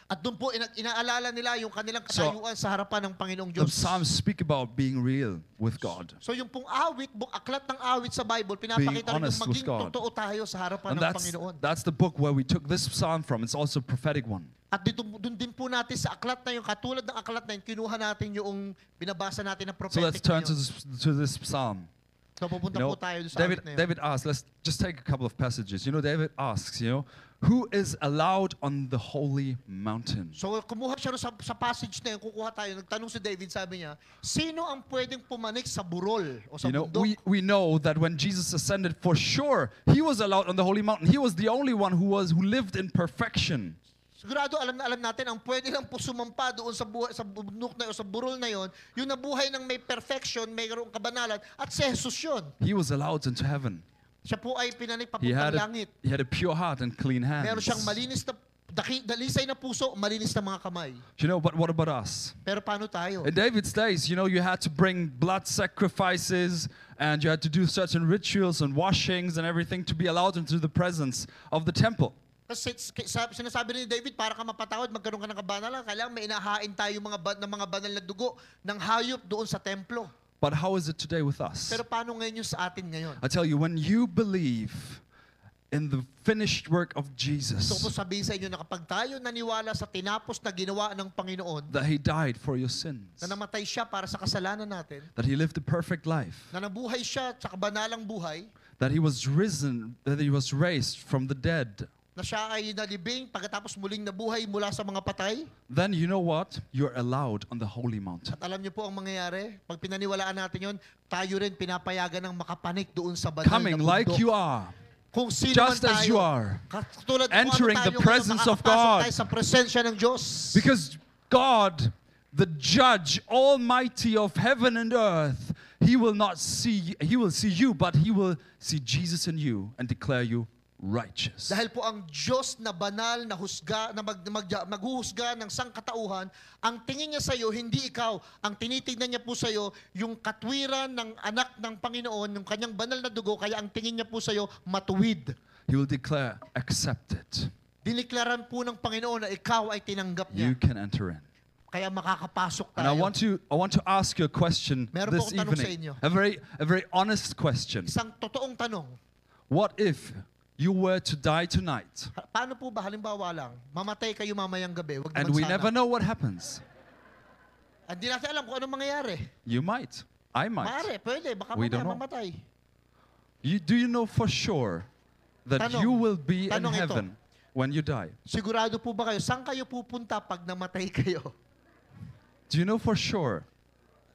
Speaker 2: At doon po, ina- inaalala nila yung kanilang
Speaker 3: So,
Speaker 2: katayuan sa harapan ng Panginoong
Speaker 3: The
Speaker 2: Diyos.
Speaker 3: Psalms speak about being real with God,
Speaker 2: So yung pong awit, buong aklat ng awit sa Bible, pinapakita rin
Speaker 3: honest
Speaker 2: yung maging
Speaker 3: with God.
Speaker 2: totoo tayo sa harapan
Speaker 3: and
Speaker 2: ng
Speaker 3: that's
Speaker 2: Panginoon.
Speaker 3: that's the book where we took this psalm from. It's also a prophetic one.
Speaker 2: At dito, doon din po natin sa aklat na yung katulad ng aklat na yun, kinuha natin yung binabasa natin na
Speaker 3: So
Speaker 2: prophetic
Speaker 3: let's turn
Speaker 2: na
Speaker 3: to
Speaker 2: yun.
Speaker 3: this, to this psalm.
Speaker 2: So pupunta
Speaker 3: You know,
Speaker 2: po tayo dun sa eh. awit
Speaker 3: David,
Speaker 2: na yun.
Speaker 3: David asks, let's just take a couple of passages. You know, David asks, you know, who is allowed on the holy mountain?
Speaker 2: So kumuha siya sa, sa passage na yun, kukuha tayo, nagtanong si David, sabi niya, sino ang pwedeng pumanik sa burol o sa
Speaker 3: You know,
Speaker 2: bundok?
Speaker 3: we, we know that when Jesus ascended, for sure, he was allowed on the holy mountain. He was the only one who was who lived in perfection.
Speaker 2: Sigurado alam na alam natin, ang pwede lang po sumampa doon sa, buhay, sa bundok na yun, o sa burol na yon, yung nabuhay ng may perfection, mayroong kabanalan, at si Jesus yun.
Speaker 3: He was allowed into heaven.
Speaker 2: Siya po ay pinanik
Speaker 3: He
Speaker 2: papuntang
Speaker 3: had a,
Speaker 2: langit.
Speaker 3: he had a pure heart and clean
Speaker 2: Meron siyang
Speaker 3: hands.
Speaker 2: malinis na, daki, dalisay na puso, malinis na mga kamay.
Speaker 3: You know, but what about us?
Speaker 2: Pero paano tayo?
Speaker 3: In David's days, you know, you had to bring blood sacrifices and you had to do certain rituals and washings and everything to be allowed into the presence of the temple.
Speaker 2: Kasi s- k- sa- sinasabi ni David, para ka mapatawad, magkaroon ka ng kabanalan, kailangan may inahain tayo mga ba- ng mga banal na dugo ng hayop doon sa templo.
Speaker 3: But how is it today with us?
Speaker 2: Pero paano ngayon yung sa atin ngayon?
Speaker 3: I tell you, when you believe in the finished work
Speaker 2: Gusto ko
Speaker 3: of
Speaker 2: po
Speaker 3: Jesus,
Speaker 2: sabihin sa inyo na kapag tayo naniwala sa tinapos na ginawa ng Panginoon,
Speaker 3: that he died for your sins,
Speaker 2: na namatay siya para sa kasalanan natin,
Speaker 3: that he lived a perfect life,
Speaker 2: na nabuhay siya sa kabanalang buhay,
Speaker 3: that he was risen, that he was raised from the dead,
Speaker 2: na siya ay nalibing pagkatapos muling nabuhay mula sa mga patay.
Speaker 3: then you know what? You're allowed on the holy mountain.
Speaker 2: At alam niyo po ang mangyayari, pag pinaniwalaan natin yon, tayo rin pinapayagan ng makapanik doon sa banal
Speaker 3: Coming
Speaker 2: na
Speaker 3: like
Speaker 2: bundok.
Speaker 3: you are,
Speaker 2: Kung sino
Speaker 3: just
Speaker 2: man tayo,
Speaker 3: as you are.
Speaker 2: katulad kung
Speaker 3: Entering
Speaker 2: ano tayo
Speaker 3: the
Speaker 2: ngayon,
Speaker 3: presence of
Speaker 2: makakapasok
Speaker 3: God.
Speaker 2: tayo sa presensya ng Diyos.
Speaker 3: Because God, the judge almighty of heaven and earth, he will not see he will see you, but he will see Jesus in you and declare you righteous.
Speaker 2: Dahil po ang Diyos na banal na husga na mag, mag, maghuhusga ng sangkatauhan, ang tingin niya sa iyo hindi ikaw. Ang tinitingnan niya po sa iyo yung katwiran ng anak ng Panginoon, yung kanyang banal na dugo, kaya ang tingin niya po sa iyo matuwid.
Speaker 3: He will declare accepted.
Speaker 2: Diniklaran po ng Panginoon na ikaw ay tinanggap niya.
Speaker 3: You can enter in.
Speaker 2: kaya makakapasok
Speaker 3: And I
Speaker 2: tayo.
Speaker 3: want to I want to ask you a question
Speaker 2: Meron po
Speaker 3: this
Speaker 2: akong tanong sa
Speaker 3: evening.
Speaker 2: inyo.
Speaker 3: A very a very honest question.
Speaker 2: Isang totoong tanong.
Speaker 3: What if you were to die tonight
Speaker 2: Ha- Paano po ba halimbawa lang, mamatay kayo mamayang gabi, wag
Speaker 3: and
Speaker 2: naman
Speaker 3: we
Speaker 2: sana.
Speaker 3: never know what happens?
Speaker 2: Hindi natin alam kung anong mangyayari.
Speaker 3: You might. I might.
Speaker 2: Maaari, pwede, baka
Speaker 3: We
Speaker 2: mamaya
Speaker 3: don't know.
Speaker 2: mamatay.
Speaker 3: You, do you know for sure that
Speaker 2: Tanong.
Speaker 3: you will be in
Speaker 2: Tanong ito.
Speaker 3: heaven when you die?
Speaker 2: Sigurado po ba kayo, saan kayo pupunta pag namatay kayo?
Speaker 3: Do you know for sure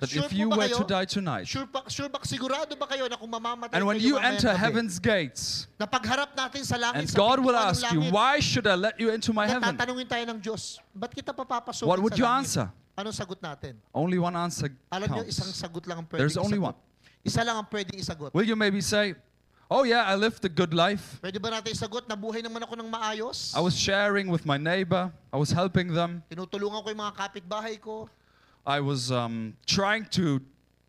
Speaker 3: that
Speaker 2: Sure
Speaker 3: if
Speaker 2: po
Speaker 3: you
Speaker 2: ba
Speaker 3: were
Speaker 2: kayo?
Speaker 3: to die tonight
Speaker 2: Sure ba, sure ba, sigurado ba kayo na kung mamamatay
Speaker 3: and when
Speaker 2: kayo
Speaker 3: you
Speaker 2: mamayang
Speaker 3: enter
Speaker 2: gabi,
Speaker 3: heaven's gates
Speaker 2: na pagharap natin sa langit,
Speaker 3: and
Speaker 2: sa
Speaker 3: God will
Speaker 2: pintuan ng
Speaker 3: ask you,
Speaker 2: langit,
Speaker 3: why should I let you into my
Speaker 2: na
Speaker 3: heaven?
Speaker 2: tatanungin tayo ng Diyos, ba't kita papapasukin
Speaker 3: What would
Speaker 2: sa
Speaker 3: you
Speaker 2: langit?
Speaker 3: answer?
Speaker 2: Anong sagot natin?
Speaker 3: Only one answer
Speaker 2: Alam niyo, isang
Speaker 3: counts.
Speaker 2: sagot lang ang pwedeng
Speaker 3: There's only
Speaker 2: isagot.
Speaker 3: one.
Speaker 2: Isa lang ang pwedeng isagot.
Speaker 3: Will you maybe say, oh yeah, I lived a good life.
Speaker 2: Pwede ba natin isagot na buhay naman ako ng maayos?
Speaker 3: I was sharing with my neighbor. I was helping them.
Speaker 2: Tinutulungan ko yung mga kapitbahay ko.
Speaker 3: I was um, trying to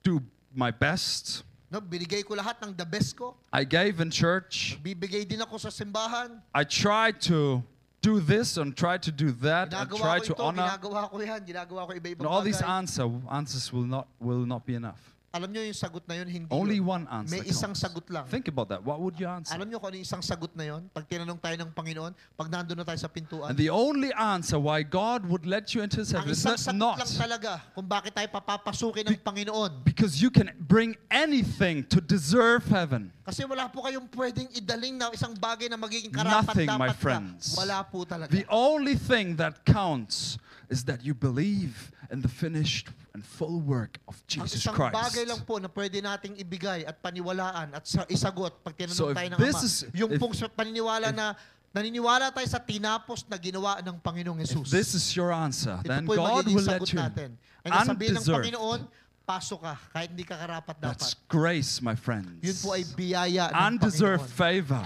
Speaker 3: do my best.
Speaker 2: No, binigay ko lahat ng the best ko.
Speaker 3: I gave in church.
Speaker 2: Bibigay din ako sa simbahan.
Speaker 3: I tried to do this and tried to do that and
Speaker 2: Ginagawa
Speaker 3: tried
Speaker 2: ko
Speaker 3: to
Speaker 2: ito,
Speaker 3: honor.
Speaker 2: ginagawa ko yan, ginagawa ko iba-ibang
Speaker 3: And all these
Speaker 2: bagay.
Speaker 3: answer, answers will not will not be enough.
Speaker 2: Alam nyo yung sagot na yun, hindi
Speaker 3: Only
Speaker 2: yun.
Speaker 3: one answer.
Speaker 2: May isang
Speaker 3: counts.
Speaker 2: sagot lang.
Speaker 3: Think about that. What would you answer?
Speaker 2: Alam nyo kung ano yung isang sagot na yun? Pag tinanong tayo ng Panginoon, pag nandun na tayo sa pintuan,
Speaker 3: And the only answer why God would let you into His
Speaker 2: ang
Speaker 3: heaven is
Speaker 2: isang sagot
Speaker 3: not, not
Speaker 2: lang talaga kung bakit tayo papapasukin ng Panginoon.
Speaker 3: because you can bring anything to deserve heaven.
Speaker 2: Kasi wala po kayong pwedeng idaling na isang bagay na magiging karapat
Speaker 3: Nothing, my
Speaker 2: dapat na.
Speaker 3: friends.
Speaker 2: Wala po talaga.
Speaker 3: The only thing that counts is that you believe in the finished and full work of
Speaker 2: Ang
Speaker 3: Jesus
Speaker 2: isang
Speaker 3: Christ.
Speaker 2: bagay lang po na pwede nating ibigay at paniwalaan at sa- isagot pag tinanong
Speaker 3: So if
Speaker 2: tayo ng
Speaker 3: this
Speaker 2: Ama,
Speaker 3: is-
Speaker 2: yung
Speaker 3: if-
Speaker 2: pong sa paniniwala na naniniwala tayo sa tinapos na ginawa ng Panginoong
Speaker 3: If
Speaker 2: Yesus.
Speaker 3: this is your answer,
Speaker 2: Ito
Speaker 3: then
Speaker 2: po yung
Speaker 3: God
Speaker 2: magiging
Speaker 3: will
Speaker 2: sagot
Speaker 3: let you
Speaker 2: natin.
Speaker 3: in.
Speaker 2: Ang sasabihin ng
Speaker 3: Undeserved.
Speaker 2: Panginoon, pasok ka kahit hindi ka karapat dapat.
Speaker 3: That's grace, my
Speaker 2: Yun
Speaker 3: friends.
Speaker 2: po ay biyaya ng
Speaker 3: Undeserved
Speaker 2: Panginoon.
Speaker 3: favor.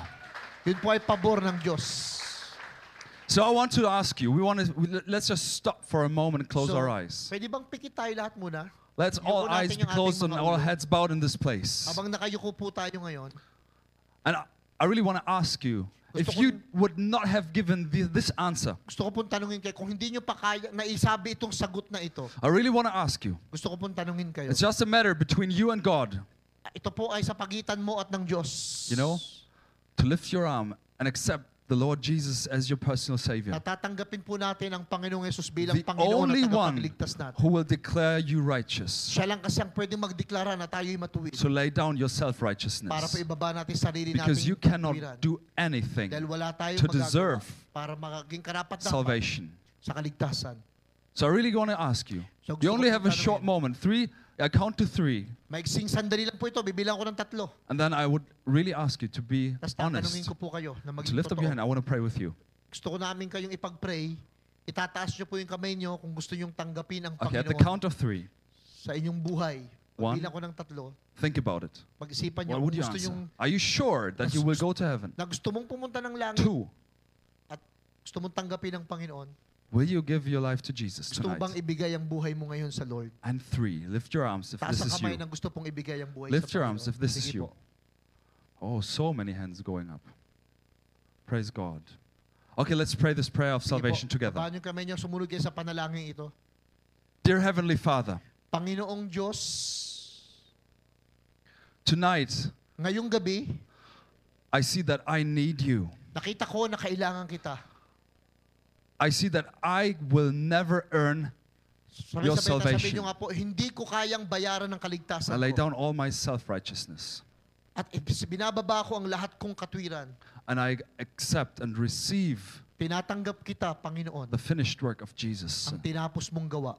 Speaker 2: Yun po ay pabor ng Diyos.
Speaker 3: So I want to ask you. We want to. We, let's just stop for a moment and close
Speaker 2: So,
Speaker 3: our eyes.
Speaker 2: Pwede bang pikit tayo lahat muna?
Speaker 3: Let's
Speaker 2: Yun po
Speaker 3: all
Speaker 2: natin
Speaker 3: eyes be
Speaker 2: yung ating
Speaker 3: closed and
Speaker 2: mga
Speaker 3: all
Speaker 2: ulo.
Speaker 3: heads bowed in this place.
Speaker 2: Habang nakayuko po tayo ngayon,
Speaker 3: And I, I really want to ask you
Speaker 2: Gusto
Speaker 3: if
Speaker 2: ko
Speaker 3: you
Speaker 2: yung-
Speaker 3: would not have given the, this answer.
Speaker 2: gusto ko pong tanungin kayo, kung hindi nyo pa kaya, naisabi itong sagot na ito,
Speaker 3: I really want to ask you.
Speaker 2: gusto ko pong tanungin kayo.
Speaker 3: It's just a matter between you and God
Speaker 2: Ito po ay sa pagitan mo at ng Diyos.
Speaker 3: You know? to lift your arm and accept the Lord Jesus as your personal Savior.
Speaker 2: Natatanggapin po natin ang Panginoong Yesus bilang
Speaker 3: The
Speaker 2: Panginoon
Speaker 3: only
Speaker 2: at
Speaker 3: one
Speaker 2: tagapagligtas natin.
Speaker 3: who will declare you righteous.
Speaker 2: Siya lang kasi ang pwedeng magdeklara na tayo'y matuwid.
Speaker 3: So lay down your self
Speaker 2: para po
Speaker 3: righteousness
Speaker 2: ibaba natin sarili natin.
Speaker 3: because you cannot do anything
Speaker 2: dahil wala tayong
Speaker 3: to
Speaker 2: magagawa
Speaker 3: deserve
Speaker 2: para maging karapat dapat
Speaker 3: salvation.
Speaker 2: sa kaligtasan.
Speaker 3: So I really want to ask you.
Speaker 2: So gusto ko
Speaker 3: You only have a
Speaker 2: pong
Speaker 3: short
Speaker 2: tanungin.
Speaker 3: moment. Three. I count to three,
Speaker 2: Maiksing sandali lang po ito, bibilang ko ng tatlo.
Speaker 3: and then I would really ask you to be
Speaker 2: Tapos tatanungin
Speaker 3: honest.
Speaker 2: ko po kayo na
Speaker 3: To
Speaker 2: maging
Speaker 3: lift up your hand,
Speaker 2: totoo.
Speaker 3: I want to pray with you.
Speaker 2: Gusto ko namin kayong ipag-pray. Itataas nyo po yung kamay nyo kung gusto nyong tanggapin ang
Speaker 3: Okay, at the
Speaker 2: Panginoon
Speaker 3: count of three,
Speaker 2: sa inyong buhay.
Speaker 3: One.
Speaker 2: Bilang ko ng tatlo.
Speaker 3: think about it.
Speaker 2: Pag-isipan nyo kung
Speaker 3: What would you
Speaker 2: gusto
Speaker 3: answer?
Speaker 2: nyong
Speaker 3: Are you sure that you will go to heaven?
Speaker 2: na gusto mong pumunta ng langit,
Speaker 3: Two,
Speaker 2: at gusto mong tanggapin ang Panginoon,
Speaker 3: will you give your life to Jesus
Speaker 2: gusto mo
Speaker 3: tonight?
Speaker 2: bang ibigay ang buhay mo ngayon sa Lord?
Speaker 3: And three, lift your arms if
Speaker 2: Taas
Speaker 3: this
Speaker 2: ang
Speaker 3: is
Speaker 2: kamay
Speaker 3: you.
Speaker 2: ng gusto pong ibigay ang buhay
Speaker 3: Lift
Speaker 2: sa
Speaker 3: your
Speaker 2: Panginoon.
Speaker 3: arms if this is
Speaker 2: Sige
Speaker 3: you.
Speaker 2: po.
Speaker 3: Oh, so many hands going up. Praise God. Okay, let's pray this prayer of salvation together.
Speaker 2: Paano kami niyo sumunod kayo sa panalangin ito?
Speaker 3: Dear Heavenly Father,
Speaker 2: Panginoong Diyos,
Speaker 3: tonight
Speaker 2: ngayong gabi,
Speaker 3: I see that I need you.
Speaker 2: nakita ko na kailangan kita.
Speaker 3: I see that I will never earn.
Speaker 2: Sabi
Speaker 3: Your
Speaker 2: sabi sabi
Speaker 3: salvation.
Speaker 2: niyo nga po, hindi ko kayang bayaran ng kaligtasan
Speaker 3: I lay
Speaker 2: ko.
Speaker 3: down all my self righteousness
Speaker 2: At ibs- binababa ko ang lahat kong katwiran.
Speaker 3: and I accept and receive
Speaker 2: Tinatanggap kita, Panginoon,
Speaker 3: the finished work of Jesus.
Speaker 2: ang tinapos mong gawa.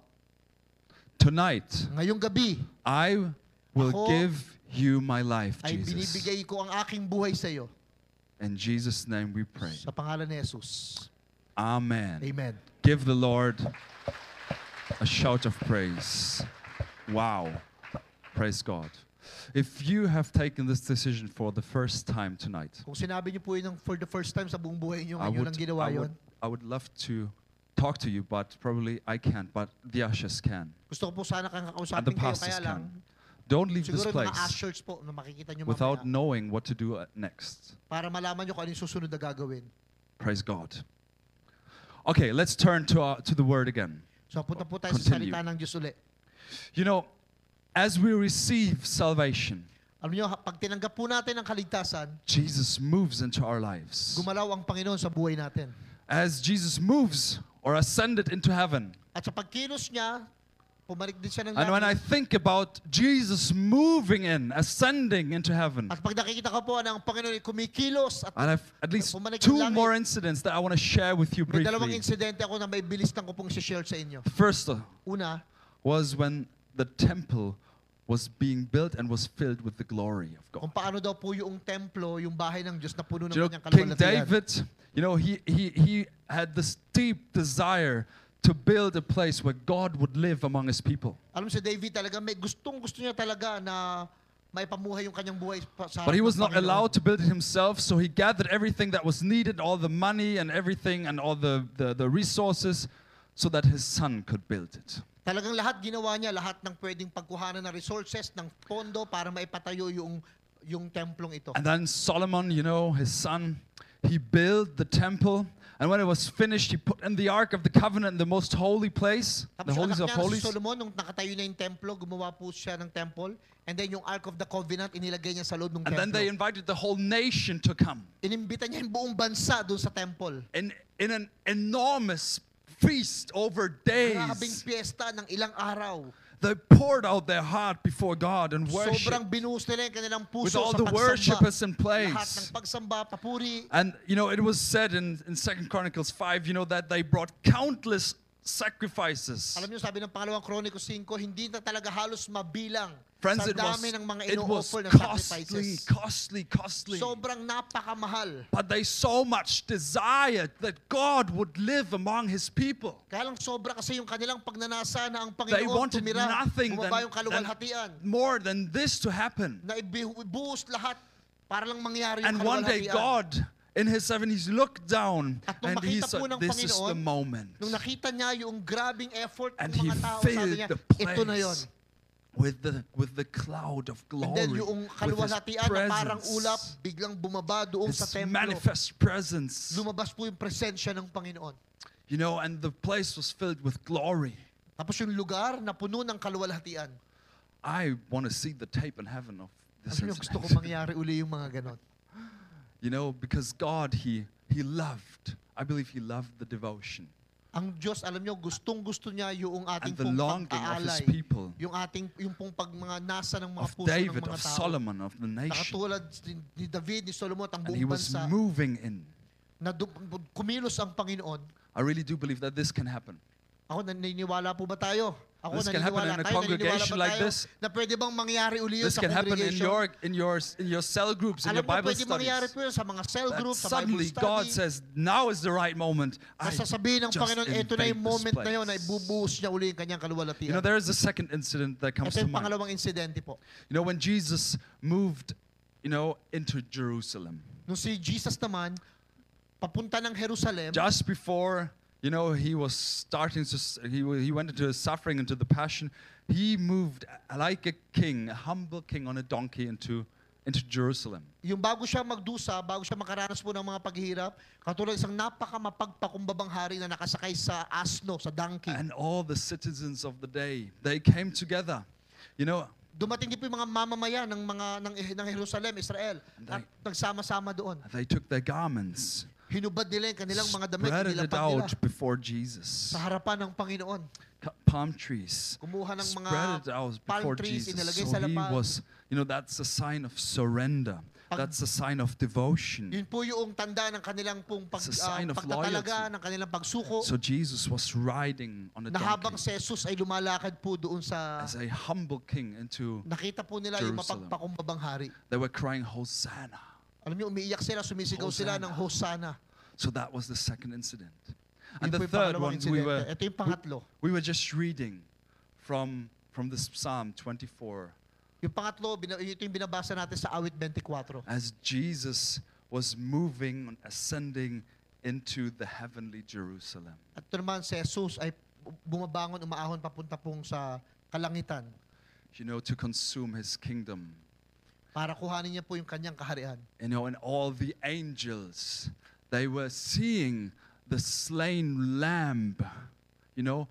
Speaker 3: Tonight,
Speaker 2: Ngayong gabi,
Speaker 3: I
Speaker 2: Ako
Speaker 3: will give you my life,
Speaker 2: ay
Speaker 3: Jesus.
Speaker 2: binibigay ko ang aking buhay sa iyo.
Speaker 3: In Jesus' name we pray.
Speaker 2: Sa pangalan ni Jesus.
Speaker 3: Amen.
Speaker 2: Amen.
Speaker 3: Give the Lord a shout of praise. Wow. Praise God. If you have taken this decision for the first time tonight,
Speaker 2: Kung sinabi niyo po yun ng- for the first time sa buong buhay niyo,
Speaker 3: I
Speaker 2: ngayon
Speaker 3: would,
Speaker 2: ang
Speaker 3: I
Speaker 2: ginawa yun.
Speaker 3: would, I would love to talk to you, but probably I can't, but the ushers can.
Speaker 2: Gusto ko po sana kang
Speaker 3: And the
Speaker 2: kakausapin kayo,
Speaker 3: pastors
Speaker 2: kaya lang,
Speaker 3: can. Don't leave this
Speaker 2: siguro yung mga
Speaker 3: place
Speaker 2: ushers po na makikita niyo mamaya,
Speaker 3: without knowing what to do uh, next.
Speaker 2: para malaman niyo kung ano yung susunod na gagawin.
Speaker 3: Praise God. Okay, let's turn to, our, to the word again.
Speaker 2: So punta po tayo sa
Speaker 3: Continue.
Speaker 2: salita ng Diyos ulit.
Speaker 3: You know, as we receive salvation,
Speaker 2: Alam niyo, ha- pag tinanggap po natin ang kaligtasan,
Speaker 3: Jesus moves into our lives.
Speaker 2: gumalaw ang Panginoon sa buhay natin.
Speaker 3: As Jesus moves or ascended into heaven.
Speaker 2: At sa pagkilos niya, pumalik din siya ng
Speaker 3: And when Ano, I
Speaker 2: langit.
Speaker 3: think about Jesus moving in, ascending into heaven,
Speaker 2: At pag nakikita ko po na ang Panginoon ay kumikilos at
Speaker 3: I have at least
Speaker 2: Bumalik ang
Speaker 3: two
Speaker 2: langit.
Speaker 3: more incidents that I want to share with you
Speaker 2: may dalawang
Speaker 3: briefly.
Speaker 2: insidente ako na may bilis lang ko pong share sa inyo.
Speaker 3: The first uh,
Speaker 2: Una,
Speaker 3: was when the temple was being built and was filled with the glory of
Speaker 2: kung
Speaker 3: God.
Speaker 2: paano daw po yung templo, yung bahay ng Diyos na puno ng
Speaker 3: you know,
Speaker 2: kanyang
Speaker 3: King
Speaker 2: kaluwalhatian.
Speaker 3: David, you know, he, he, he had this deep desire to build a place where God would live among his people.
Speaker 2: Alam mo si David talaga, may gustong gusto niya talaga na maipamuhay yung kanyang buhay pa- sa
Speaker 3: But he
Speaker 2: harap
Speaker 3: was
Speaker 2: ng
Speaker 3: not
Speaker 2: Panginoon.
Speaker 3: allowed to build it himself, so he gathered everything that was needed, all the money and everything and all the, the, the resources, so that his son could build it.
Speaker 2: Talagang lahat ginawa niya, lahat ng pwedeng pagkuhanan na resources, ng pondo para maipatayo yung yung templong ito.
Speaker 3: And then Solomon, you know, his son, he built the temple. And when it was finished, he put in the Ark of the Covenant in the most holy place, the
Speaker 2: Tapos yung
Speaker 3: holies
Speaker 2: anak
Speaker 3: of
Speaker 2: niya, si
Speaker 3: holies.
Speaker 2: Solomon, nung nakatayo na yung templo, gumawa po siya ng temple. And then yung Ark of the Covenant, inilagay niya sa loob ng
Speaker 3: And then they
Speaker 2: templo.
Speaker 3: invited the whole nation to come.
Speaker 2: Inimbita niya yung buong bansa doon sa temple.
Speaker 3: in, in an enormous feast over
Speaker 2: Grabing
Speaker 3: days.
Speaker 2: piyesta ng ilang araw.
Speaker 3: They poured out their heart before God and
Speaker 2: Sobrang
Speaker 3: worship
Speaker 2: binuhos nila yung kanilang puso
Speaker 3: with
Speaker 2: sa
Speaker 3: all the
Speaker 2: pagsamba.
Speaker 3: worshippers
Speaker 2: Lahat
Speaker 3: in
Speaker 2: ng
Speaker 3: place.
Speaker 2: pagsamba, papuri,
Speaker 3: And you know, it was said in, in Second Chronicles 5, you know, that they brought countless sacrifices.
Speaker 2: Alam niyo, sabi ng pangalawang Kroniko 5, hindi na talaga halos mabilang
Speaker 3: Friends,
Speaker 2: sa
Speaker 3: it was,
Speaker 2: dami ng mga
Speaker 3: it was
Speaker 2: ino-offer na
Speaker 3: costly,
Speaker 2: sacrifices.
Speaker 3: costly, costly.
Speaker 2: Sobrang napakamahal.
Speaker 3: But they so much desired that God would live among his people.
Speaker 2: Kaya lang sobra kasi yung kanilang pagnanasa na ang
Speaker 3: They
Speaker 2: Panginoon
Speaker 3: wanted
Speaker 2: tumira,
Speaker 3: nothing than,
Speaker 2: bumaba yung
Speaker 3: than
Speaker 2: kaluwalhatian,
Speaker 3: more than this to happen.
Speaker 2: na ibihu- ibuhos lahat para lang mangyari yung
Speaker 3: And one day,
Speaker 2: kaluwalhatian.
Speaker 3: God, in his heaven, he's looked down
Speaker 2: At nung
Speaker 3: and he
Speaker 2: makita
Speaker 3: said,
Speaker 2: po ng
Speaker 3: This is the
Speaker 2: Panginoon,
Speaker 3: moment.
Speaker 2: Nung nakita niya yung grabing effort
Speaker 3: And
Speaker 2: ng
Speaker 3: he
Speaker 2: mga tao, sabi
Speaker 3: filled
Speaker 2: niya,
Speaker 3: the
Speaker 2: ito na yon.
Speaker 3: place with the, with the cloud of glory,
Speaker 2: And then yung
Speaker 3: with his
Speaker 2: kaluwalhatian na parang ulap,
Speaker 3: presence,
Speaker 2: biglang bumaba doon sa
Speaker 3: his
Speaker 2: templo.
Speaker 3: manifest presence.
Speaker 2: Lumabas po yung presensya ng Panginoon.
Speaker 3: You know, and the place was filled with glory.
Speaker 2: Tapos yung lugar na puno ng kaluwalhatian.
Speaker 3: I want to see the tape in heaven of this
Speaker 2: Alam niyo, gusto ko
Speaker 3: incident.
Speaker 2: mangyari uli yung mga ganon.
Speaker 3: You know, because God, he, he loved, I believe he loved the devotion
Speaker 2: Ang Diyos, alam niyo, gustong gusto niya yung ating
Speaker 3: and the
Speaker 2: pong
Speaker 3: longing of
Speaker 2: pag-aalay.
Speaker 3: his people,
Speaker 2: Yung ating, yung pong pag mga nasa ng mga
Speaker 3: of
Speaker 2: puso ng
Speaker 3: David,
Speaker 2: mga
Speaker 3: of
Speaker 2: tao.
Speaker 3: Solomon, of the nation.
Speaker 2: Nakatulad ni- ni David, ni Solomon, at ang
Speaker 3: And he
Speaker 2: buong
Speaker 3: was
Speaker 2: bansa,
Speaker 3: moving in.
Speaker 2: na du- kumilos ang Panginoon.
Speaker 3: I really do believe that this can happen.
Speaker 2: Ako, naniniwala po ba tayo? Ako,
Speaker 3: This can happen
Speaker 2: naniniwala
Speaker 3: in a
Speaker 2: tayo, naniniwala
Speaker 3: congregation
Speaker 2: ba
Speaker 3: like
Speaker 2: tayo
Speaker 3: this?
Speaker 2: na pwede bang mangyari uli yun
Speaker 3: This
Speaker 2: sa
Speaker 3: can happen in
Speaker 2: congregation?
Speaker 3: your, in your, in your cell groups, in
Speaker 2: alam
Speaker 3: your
Speaker 2: mo,
Speaker 3: Bible
Speaker 2: pwede mangyari
Speaker 3: studies.
Speaker 2: po yun sa mga cell
Speaker 3: That
Speaker 2: group, sa Bible
Speaker 3: suddenly
Speaker 2: study.
Speaker 3: God says, now is the right moment. I
Speaker 2: na sasabihin ng
Speaker 3: just
Speaker 2: Panginoon, ito na
Speaker 3: invade
Speaker 2: yung
Speaker 3: this
Speaker 2: moment na yun, na
Speaker 3: place."
Speaker 2: ibubuhos niya uli yung kanyang kaluwalhatian.
Speaker 3: You know, there is a second incident that comes
Speaker 2: Ito
Speaker 3: to
Speaker 2: yung
Speaker 3: mind.
Speaker 2: pangalawang insidente po.
Speaker 3: You know, when Jesus moved, you know, into Jerusalem,
Speaker 2: Nung si Jesus naman, papunta ng Jerusalem,
Speaker 3: just before, you know, he was starting to, s- he, wa- he went into his suffering, into the passion, he moved a- like a king, a humble king on a donkey into, into Jerusalem.
Speaker 2: yung bago siya magdusa, bago siya makaranas po ng mga paghihirap, katulad isang napakamapagpakumbabang hari na nakasakay sa asno, sa donkey.
Speaker 3: And all the citizens of the day, they came together. You know,
Speaker 2: Dumating din po yung mga mamamayan ng mga ng, ng Jerusalem, Israel, at nagsama-sama doon.
Speaker 3: they took their garments,
Speaker 2: Hinubad nila yung kanilang mga damit,
Speaker 3: spread it
Speaker 2: nilapag nila
Speaker 3: out before Jesus.
Speaker 2: sa harapan ng Panginoon.
Speaker 3: Cu- palm trees.
Speaker 2: Kumuha ng mga
Speaker 3: spread it out
Speaker 2: palm
Speaker 3: before
Speaker 2: trees,
Speaker 3: Jesus.
Speaker 2: inilagay
Speaker 3: So
Speaker 2: sa
Speaker 3: he
Speaker 2: lapag.
Speaker 3: was, you know, that's a sign of surrender.
Speaker 2: Pag-
Speaker 3: That's a sign of devotion.
Speaker 2: Yun po yung tanda ng kanilang pong pag,
Speaker 3: It's a sign
Speaker 2: ah,
Speaker 3: of
Speaker 2: pagtatalaga,
Speaker 3: loyalty.
Speaker 2: ng kanilang pagsuko,
Speaker 3: So Jesus was riding on a
Speaker 2: na habang
Speaker 3: donkey
Speaker 2: si Jesus ay lumalakad po doon sa...
Speaker 3: as a humble king into.
Speaker 2: Nakita po nila yung
Speaker 3: Jerusalem.
Speaker 2: mapagpakumbabang hari.
Speaker 3: They were crying Hosanna.
Speaker 2: Alam niyo, umiiyak sila, sumisigaw sila ng Hosanna.
Speaker 3: So that was the second incident.
Speaker 2: Yun
Speaker 3: And
Speaker 2: po
Speaker 3: the
Speaker 2: yung
Speaker 3: third
Speaker 2: pangalawang
Speaker 3: one we
Speaker 2: insidente.
Speaker 3: were
Speaker 2: Ito yung pangatlo.
Speaker 3: we were just reading from from this Psalm 24
Speaker 2: Yung pangatlo, bina- ito yung binabasa natin sa Awit 24.
Speaker 3: as Jesus was moving and ascending into the heavenly Jerusalem.
Speaker 2: At ito naman, si Jesus ay bumabangon, umaahon papunta pong sa kalangitan
Speaker 3: you know, to consume his kingdom.
Speaker 2: para kuhanin niya po yung kanyang kaharian.
Speaker 3: You know, and all the angels, they were seeing the slain lamb, you know,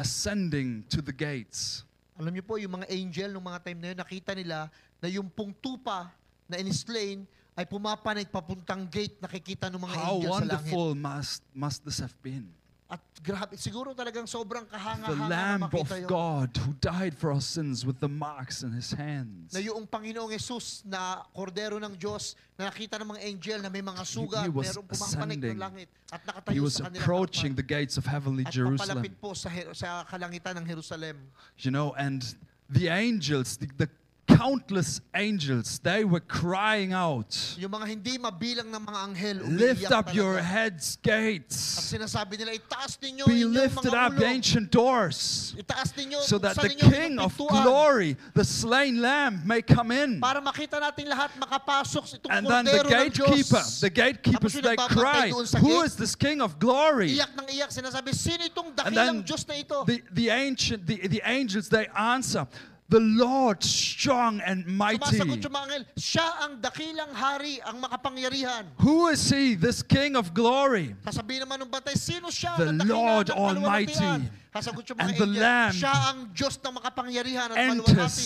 Speaker 3: ascending to the gates.
Speaker 2: Alam niyo po, yung mga angel, nung mga time na yun, nakita nila na yung pong tupa na inislain ay pumapanig papuntang gate nakikita ng mga
Speaker 3: How
Speaker 2: angel sa langit.
Speaker 3: wonderful must, must this have been?
Speaker 2: At grabe, siguro talagang sobrang
Speaker 3: The
Speaker 2: kahanga-hanga na
Speaker 3: Lamb
Speaker 2: makita yun.
Speaker 3: of God who died for our sins with the marks in his hands.
Speaker 2: Na yung Panginoong Yesus na kordero ng Diyos na nakita ng mga angel na may mga
Speaker 3: He-
Speaker 2: sugat,
Speaker 3: he was
Speaker 2: merong pumapanig
Speaker 3: ascending.
Speaker 2: ng langit at
Speaker 3: He
Speaker 2: nakatayo
Speaker 3: was
Speaker 2: sa kanila.
Speaker 3: approaching the gates of heavenly
Speaker 2: at papalapit
Speaker 3: Jerusalem.
Speaker 2: po sa, Jer- sa kalangitan ng Jerusalem.
Speaker 3: You know, and the angels, the, the countless angels, they were crying out.
Speaker 2: Yung mga hindi mabilang ng mga anghel, umiiyak
Speaker 3: Lift up
Speaker 2: talaga.
Speaker 3: your heads,
Speaker 2: At
Speaker 3: gates.
Speaker 2: sinasabi nila, itaas ninyo
Speaker 3: Be
Speaker 2: inyong
Speaker 3: lifted
Speaker 2: mga
Speaker 3: up,
Speaker 2: ulo.
Speaker 3: the ancient doors,
Speaker 2: Itaas ninyo,
Speaker 3: so that
Speaker 2: buksan
Speaker 3: the
Speaker 2: ninyo ang
Speaker 3: King
Speaker 2: inyong
Speaker 3: of
Speaker 2: pintuan
Speaker 3: glory, the slain lamb, may come in.
Speaker 2: Para makita natin lahat makapasok itong
Speaker 3: And then
Speaker 2: kordero
Speaker 3: the
Speaker 2: ng Diyos.
Speaker 3: gatekeeper, the
Speaker 2: Tapos
Speaker 3: gatekeepers,
Speaker 2: yung
Speaker 3: they
Speaker 2: nagbabantay
Speaker 3: cry,
Speaker 2: doon sa
Speaker 3: Who
Speaker 2: gate."
Speaker 3: is this King of glory?
Speaker 2: Iyak ng iyak, sinasabi, sino itong
Speaker 3: And
Speaker 2: dakilang
Speaker 3: then
Speaker 2: Diyos na ito?
Speaker 3: the, the ancient, the, the angels, they answer, The Lord strong and mighty.
Speaker 2: Sumasagot yung mga anghel, siya ang dakilang hari, ang makapangyarihan.
Speaker 3: Who is he, this King of glory?
Speaker 2: Sasabihin naman ng bantay, sino siya
Speaker 3: The
Speaker 2: na dakilang
Speaker 3: Lord
Speaker 2: at kaluwalhatian?"
Speaker 3: Almighty
Speaker 2: Sasagot yung
Speaker 3: and
Speaker 2: mga
Speaker 3: the
Speaker 2: angel,
Speaker 3: Lamb
Speaker 2: siya ang Diyos ng makapangyarihan at maluwalhati.
Speaker 3: Enters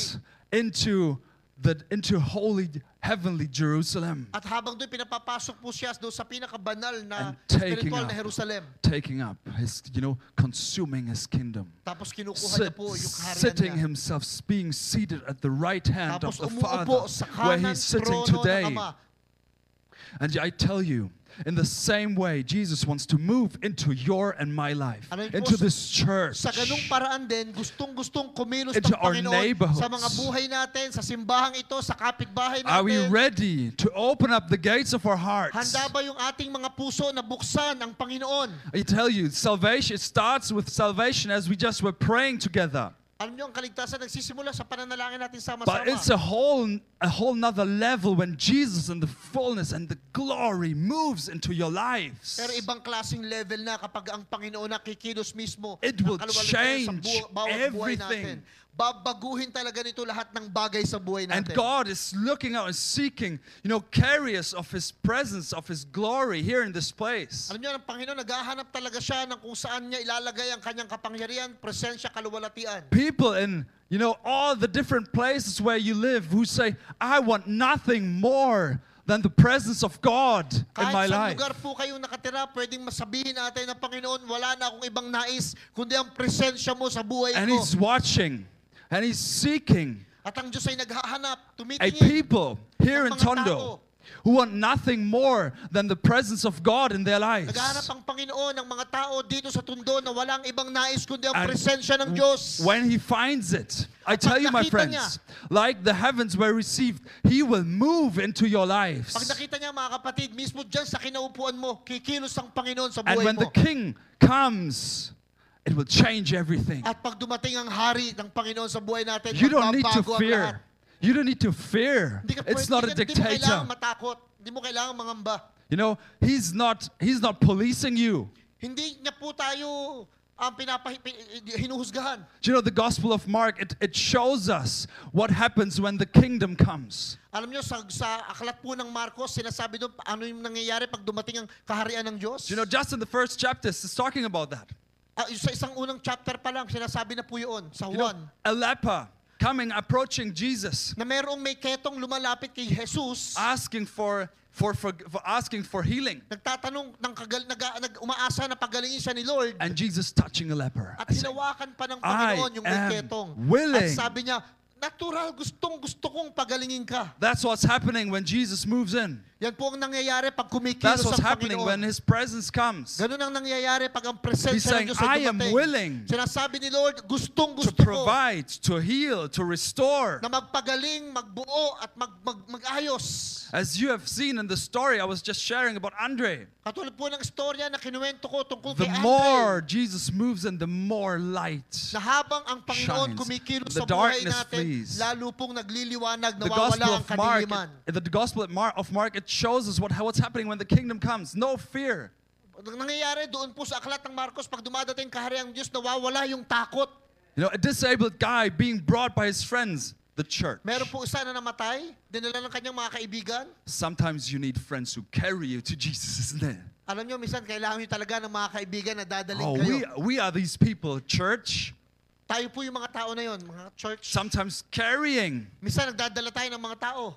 Speaker 3: into the into holy heavenly Jerusalem.
Speaker 2: At habang doon pinapapasok po siya doon sa pinakabanal na
Speaker 3: And taking
Speaker 2: spiritual na
Speaker 3: up.
Speaker 2: Jerusalem.
Speaker 3: taking up his, you know, consuming his kingdom.
Speaker 2: Tapos kinukuha niya
Speaker 3: Sit-
Speaker 2: po yung kaharian
Speaker 3: sitting
Speaker 2: niya.
Speaker 3: himself, being seated at the right hand
Speaker 2: Tapos
Speaker 3: of the
Speaker 2: umuupo
Speaker 3: Father,
Speaker 2: sa
Speaker 3: where
Speaker 2: kanan
Speaker 3: he's sitting
Speaker 2: trono ng
Speaker 3: today.
Speaker 2: Ama.
Speaker 3: And I tell you, in the same way, Jesus wants to move into your and my life,
Speaker 2: Alam niyo po,
Speaker 3: into
Speaker 2: sa-
Speaker 3: this church.
Speaker 2: Sa ganung paraan din, gustong-gustong kumilos ng
Speaker 3: Into our
Speaker 2: Panginoon
Speaker 3: neighborhoods.
Speaker 2: sa mga buhay natin, sa simbahang ito, sa kapitbahay
Speaker 3: Are we
Speaker 2: natin.
Speaker 3: ready to open up the gates of our hearts?
Speaker 2: Handa ba yung ating mga puso na buksan ang Panginoon?
Speaker 3: I tell you, salvation, it starts with salvation as we just were praying together.
Speaker 2: Alam niyo, ang kaligtasan nagsisimula sa pananalangin natin sama-sama.
Speaker 3: But it's a whole a whole nother level when Jesus and the fullness and the glory moves into your lives.
Speaker 2: Pero ibang klaseng level na kapag ang Panginoon nakikilos mismo
Speaker 3: It
Speaker 2: ng
Speaker 3: will
Speaker 2: kaluwalhatian
Speaker 3: change
Speaker 2: bawat buhay
Speaker 3: everything.
Speaker 2: natin. Babaguhin talaga nito lahat ng bagay sa buhay
Speaker 3: And
Speaker 2: natin.
Speaker 3: God is looking out and seeking, you know, carriers of his presence, of his glory here in this place.
Speaker 2: Alam niyo, ang Panginoon naghahanap talaga siya ng kung saan niya ilalagay ang kanyang kapangyarihan, presensya, kaluwalhatian.
Speaker 3: People in, you know, all the different places where you live who say, I want nothing more than the presence of God in
Speaker 2: Kahit
Speaker 3: my
Speaker 2: sa
Speaker 3: life.
Speaker 2: lugar po kayo nakatira, pwedeng masabihin natin na Panginoon, wala na akong ibang nais, kundi ang presensya mo sa buhay
Speaker 3: And
Speaker 2: ko.
Speaker 3: he's watching and he's seeking
Speaker 2: At ang Diyos ay naghahanap,
Speaker 3: a
Speaker 2: tumitingin.
Speaker 3: people here in
Speaker 2: Ng mga
Speaker 3: Tondo
Speaker 2: tao.
Speaker 3: who want nothing more than the presence of God in their lives.
Speaker 2: Naghahanap ang Panginoon ng mga tao dito sa tundo na walang ibang nais kundi ang
Speaker 3: And
Speaker 2: presensya ng Diyos.
Speaker 3: When he finds it, I
Speaker 2: Kapag
Speaker 3: tell you, my
Speaker 2: nakita
Speaker 3: friends, like the heavens were received, he will move into your
Speaker 2: Pag
Speaker 3: lives.
Speaker 2: nakita niya mga kapatid, mismo dyan sa kinaupuan mo, kikilos ang Panginoon sa
Speaker 3: And
Speaker 2: buhay
Speaker 3: when the
Speaker 2: mo.
Speaker 3: king comes, it will change everything.
Speaker 2: At pag dumating ang hari ng Panginoon sa buhay natin,
Speaker 3: You don't need to
Speaker 2: magbabago ang lahat.
Speaker 3: fear. You don't need to fear.
Speaker 2: Hindi ka
Speaker 3: It's
Speaker 2: pwede-
Speaker 3: not a
Speaker 2: hindi ka- Hindi mo kailangan
Speaker 3: dictator.
Speaker 2: matakot. Hindi mo kailangan mangamba.
Speaker 3: You know, he's not he's not policing you.
Speaker 2: Hindi niya po tayo ang pinapahi- pin- hinuhusgahan.
Speaker 3: Do you know the Gospel of Mark? It, it shows us what happens when the kingdom comes.
Speaker 2: Alam niyo, sa, sa aklat po ng Marcos, sinasabi doon ano yung nangyayari pag dumating ang kaharian ng Diyos.
Speaker 3: Do you know, just in the first chapter, it's talking about that.
Speaker 2: Ah, yung sa isang unang chapter pa lang, sinasabi na po yun sa
Speaker 3: You know,
Speaker 2: Juan.
Speaker 3: a leper coming, approaching Jesus,
Speaker 2: na merong may ketong lumalapit kay Jesus,
Speaker 3: asking for for, for, for asking for healing,
Speaker 2: nagtatanong, ng kagal, nag, nag, umaasa na pagalingin siya ni Lord,
Speaker 3: and Jesus touching a leper.
Speaker 2: at
Speaker 3: and saying,
Speaker 2: hinawakan pa ng Panginoon
Speaker 3: "I
Speaker 2: yung may
Speaker 3: am
Speaker 2: ketong. At
Speaker 3: willing."
Speaker 2: sabi niya, natural, gustong gusto kong pagalingin ka.
Speaker 3: That's what's happening when Jesus moves in.
Speaker 2: Yan po ang nangyayari pag kumikilos
Speaker 3: That's
Speaker 2: ang
Speaker 3: what's happening when
Speaker 2: Panginoon.
Speaker 3: His presence comes
Speaker 2: Ganun ang nangyayari pag ang presensya
Speaker 3: saying,
Speaker 2: ng Diyos ay
Speaker 3: "I am
Speaker 2: dumating."
Speaker 3: willing
Speaker 2: Sinasabi ni Lord, gustong
Speaker 3: to
Speaker 2: gusto ko
Speaker 3: provide, to heal, to restore.
Speaker 2: na magpagaling, magbuo, at mag, mag, mag-ayos.
Speaker 3: As you have seen in the story I was just sharing about Andre,
Speaker 2: Katulad po ng storya na kinuwento ko tungkol
Speaker 3: the
Speaker 2: kay Andre.
Speaker 3: more Jesus moves in, the more light.
Speaker 2: na habang ang Panginoon
Speaker 3: shines.
Speaker 2: kumikilos
Speaker 3: The
Speaker 2: sa buhay
Speaker 3: darkness
Speaker 2: natin,
Speaker 3: flees.
Speaker 2: lalo pong nagliliwanag,
Speaker 3: The
Speaker 2: nawawala
Speaker 3: Gospel
Speaker 2: ang
Speaker 3: of Mark,
Speaker 2: kadiliman.
Speaker 3: it- the Gospel of Mark, of Mark, it shows us what, what's happening when the kingdom comes. No fear.
Speaker 2: Ang nangyayari doon po sa aklat ng Marcos, pag dumadating kahariang Diyos, nawawala yung takot.
Speaker 3: You know, a disabled guy being brought by his friends, the church.
Speaker 2: Meron po isa na namatay, dinala ng kanyang mga kaibigan.
Speaker 3: Sometimes you need friends who carry you to Jesus, isn't it?
Speaker 2: Alam nyo, minsan kailangan nyo talaga ng mga kaibigan na dadaling
Speaker 3: Oh,
Speaker 2: kayo.
Speaker 3: we, we are these people, church,
Speaker 2: Tayo po yung mga tao na yon, mga church.
Speaker 3: sometimes carrying
Speaker 2: Minsan nagdadala tayo ng mga tao,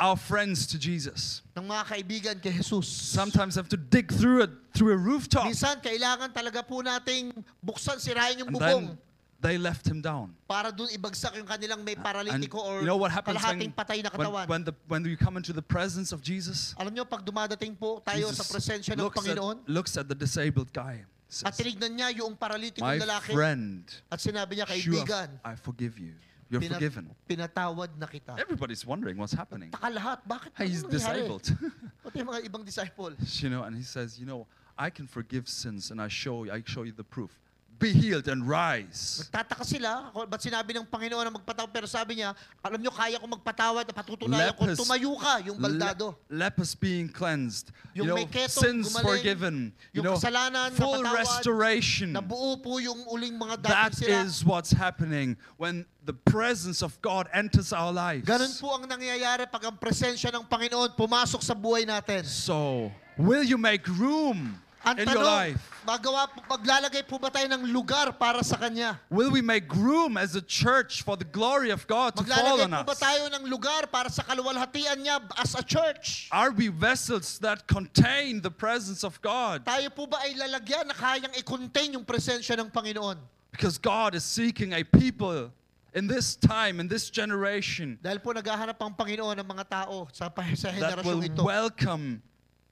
Speaker 3: our friends to Jesus.
Speaker 2: ng mga kaibigan kay Jesus.
Speaker 3: Sometimes have to dig through a, through a rooftop.
Speaker 2: Minsan kailangan talaga po nating buksan, sirahin yung
Speaker 3: And
Speaker 2: bubong.
Speaker 3: then they left him down.
Speaker 2: para doon ibagsak yung kanilang may
Speaker 3: And
Speaker 2: paralitiko or
Speaker 3: you know what happens
Speaker 2: kalahating
Speaker 3: when,
Speaker 2: patay na
Speaker 3: when,
Speaker 2: katawan.
Speaker 3: when, the, when you come into the presence of Jesus?
Speaker 2: Alam nyo, pag dumadating po tayo sa
Speaker 3: Jesus
Speaker 2: presensya ng
Speaker 3: looks at-
Speaker 2: Panginoon,
Speaker 3: looks at the disabled guy. says,
Speaker 2: at tinignan niya yung paralitikong
Speaker 3: My
Speaker 2: lalaki
Speaker 3: friend,
Speaker 2: at sinabi niya,
Speaker 3: you have-
Speaker 2: kaibigan,
Speaker 3: I forgive you. You're
Speaker 2: pina-
Speaker 3: forgiven.
Speaker 2: pinatawad na kita.
Speaker 3: Everybody's wondering what's happening.
Speaker 2: Taka lahat, bakit?
Speaker 3: Hey, He's
Speaker 2: Ano nangyari?
Speaker 3: disabled.
Speaker 2: Pati yung mga ibang disciple.
Speaker 3: you know, and he says, you know, I can forgive sins, and I show you, I show you the proof. Be healed and rise.
Speaker 2: Tataka sila, ako- ba't sinabi ng Panginoon na magpatawad? Pero sabi niya, alam nyo, kaya ko magpatawad at patutunayan ko,
Speaker 3: Lepers-
Speaker 2: tumayo ka, yung baldado.
Speaker 3: Le- lepers being cleansed. You
Speaker 2: Yung
Speaker 3: know,
Speaker 2: may ketong
Speaker 3: sins
Speaker 2: gumaling,
Speaker 3: forgiven. You
Speaker 2: yung
Speaker 3: know,
Speaker 2: kasalanan
Speaker 3: full
Speaker 2: napatawad,
Speaker 3: restoration.
Speaker 2: Nabuo po yung uling mga
Speaker 3: That
Speaker 2: dating sila.
Speaker 3: Hmm. is what's happening when the presence of God enters our lives.
Speaker 2: Ganun po ang nangyayari pag ang presensya ng Panginoon pumasok sa buhay natin.
Speaker 3: So, will you make room
Speaker 2: Ang
Speaker 3: in your
Speaker 2: tanong,
Speaker 3: life?
Speaker 2: magawa, maglalagay po ba tayo ng lugar para sa Kanya?
Speaker 3: Will we make room as a church for the glory of God to fall
Speaker 2: Maglalagay
Speaker 3: on
Speaker 2: po ba
Speaker 3: us?
Speaker 2: tayo ng lugar para sa kaluwalhatian niya as a church?
Speaker 3: Are we vessels that contain the presence of God?
Speaker 2: Tayo po ba ay lalagyan na kayang i-contain yung presensya ng Panginoon?
Speaker 3: Because God is seeking a people in this time, in this generation,
Speaker 2: Dahil po naghahanap ang Panginoon ng mga tao sa, pa- sa
Speaker 3: that will
Speaker 2: henerasyong ito
Speaker 3: welcome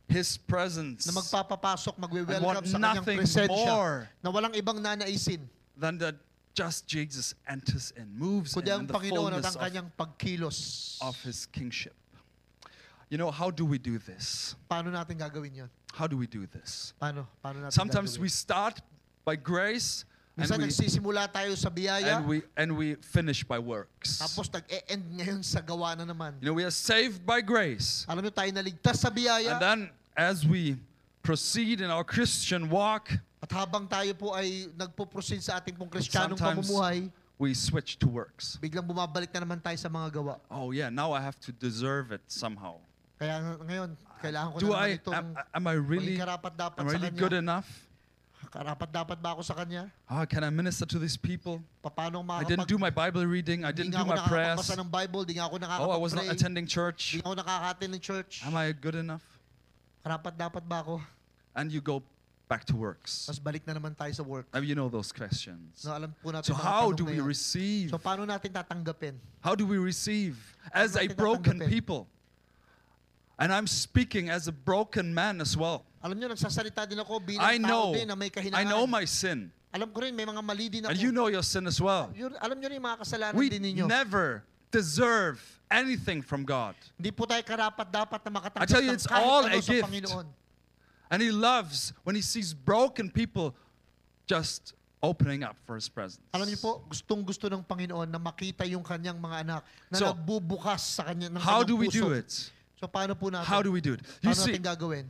Speaker 3: His presence
Speaker 2: na magpapapasok,
Speaker 3: want
Speaker 2: magwe-welcome sa kanyang
Speaker 3: nothing
Speaker 2: presensya
Speaker 3: more.
Speaker 2: na walang ibang nanaisin
Speaker 3: than that just Jesus enters and moves in,
Speaker 2: kundi ang
Speaker 3: in the
Speaker 2: Panginoon at
Speaker 3: fullness
Speaker 2: ang
Speaker 3: of,
Speaker 2: kanyang pagkilos.
Speaker 3: of his kingship. You know, how do we do this?
Speaker 2: Paano natin gagawin yun?
Speaker 3: How do we do this?
Speaker 2: Paano? Paano natin
Speaker 3: Sometimes we
Speaker 2: gagawin?
Speaker 3: start by grace and
Speaker 2: Minsan
Speaker 3: we,
Speaker 2: nagsisimula tayo sa biyaya,
Speaker 3: and we and we finish by works.
Speaker 2: tapos nag-e-end ngayon sa gawa na naman.
Speaker 3: You know, we are saved by grace.
Speaker 2: Alam nyo, tayo naligtas sa biyaya
Speaker 3: And then as we proceed in our Christian walk,
Speaker 2: at habang tayo po ay nagpo-proceed sa ating pong kristyanong
Speaker 3: sometimes
Speaker 2: pamumuhay,
Speaker 3: we switch to works.
Speaker 2: biglang bumabalik na naman tayo sa mga gawa.
Speaker 3: Oh yeah, now I have to deserve it somehow.
Speaker 2: Kaya ng- ngayon, kailangan ko
Speaker 3: Do
Speaker 2: na naman
Speaker 3: I
Speaker 2: itong
Speaker 3: am, am I really
Speaker 2: maging
Speaker 3: am
Speaker 2: karapat-dapat
Speaker 3: I
Speaker 2: sa
Speaker 3: really
Speaker 2: kanya.
Speaker 3: good enough?
Speaker 2: Karapat-dapat ba ako sa kanya?
Speaker 3: Ah, can I minister to these people?
Speaker 2: Paano
Speaker 3: I didn't do my Bible reading. I
Speaker 2: Di
Speaker 3: didn't
Speaker 2: nga
Speaker 3: do
Speaker 2: ako
Speaker 3: my prayers.
Speaker 2: nakakapagbasa ng Bible, di nga ako
Speaker 3: Oh, I was
Speaker 2: nakakapag-pray,
Speaker 3: not attending church.
Speaker 2: di nga ako nakaka-attend ng church.
Speaker 3: Am I good enough?
Speaker 2: Karapat dapat ba ako?
Speaker 3: And you go back to works.
Speaker 2: Tapos balik na naman tayo sa work.
Speaker 3: I mean, you know those questions.
Speaker 2: No, alam po natin
Speaker 3: So
Speaker 2: mga
Speaker 3: how
Speaker 2: tanong
Speaker 3: do
Speaker 2: na
Speaker 3: we
Speaker 2: yan.
Speaker 3: receive?
Speaker 2: So paano natin tatanggapin?
Speaker 3: How do we receive as a
Speaker 2: natin
Speaker 3: broken
Speaker 2: tatanggapin?
Speaker 3: people? And I'm speaking as a broken man as well.
Speaker 2: Alam nyo, nagsasalita din ako bilang
Speaker 3: I
Speaker 2: tao
Speaker 3: know.
Speaker 2: din na may kahinaan.
Speaker 3: I know my sin.
Speaker 2: alam ko rin, may mga mali din ako.
Speaker 3: And you know your sin as well.
Speaker 2: Yun- alam nyo rin yung mga kasalanan
Speaker 3: We
Speaker 2: din ninyo.
Speaker 3: never deserve anything from God.
Speaker 2: Hindi po tayo karapat dapat na makatanggap
Speaker 3: I tell
Speaker 2: ng
Speaker 3: you, it's
Speaker 2: kahit
Speaker 3: all
Speaker 2: ano
Speaker 3: a
Speaker 2: sa
Speaker 3: gift.
Speaker 2: Panginoon.
Speaker 3: And he loves when he sees broken people just opening up for his presence.
Speaker 2: Alam niyo po, gustong gusto ng Panginoon na makita yung kanyang mga anak na
Speaker 3: So,
Speaker 2: nagbubukas sa kanya ng
Speaker 3: How
Speaker 2: kanyang
Speaker 3: do we
Speaker 2: puso.
Speaker 3: do it?
Speaker 2: So paano po natin?
Speaker 3: How do we do it? You
Speaker 2: paano
Speaker 3: see,
Speaker 2: natin gagawin?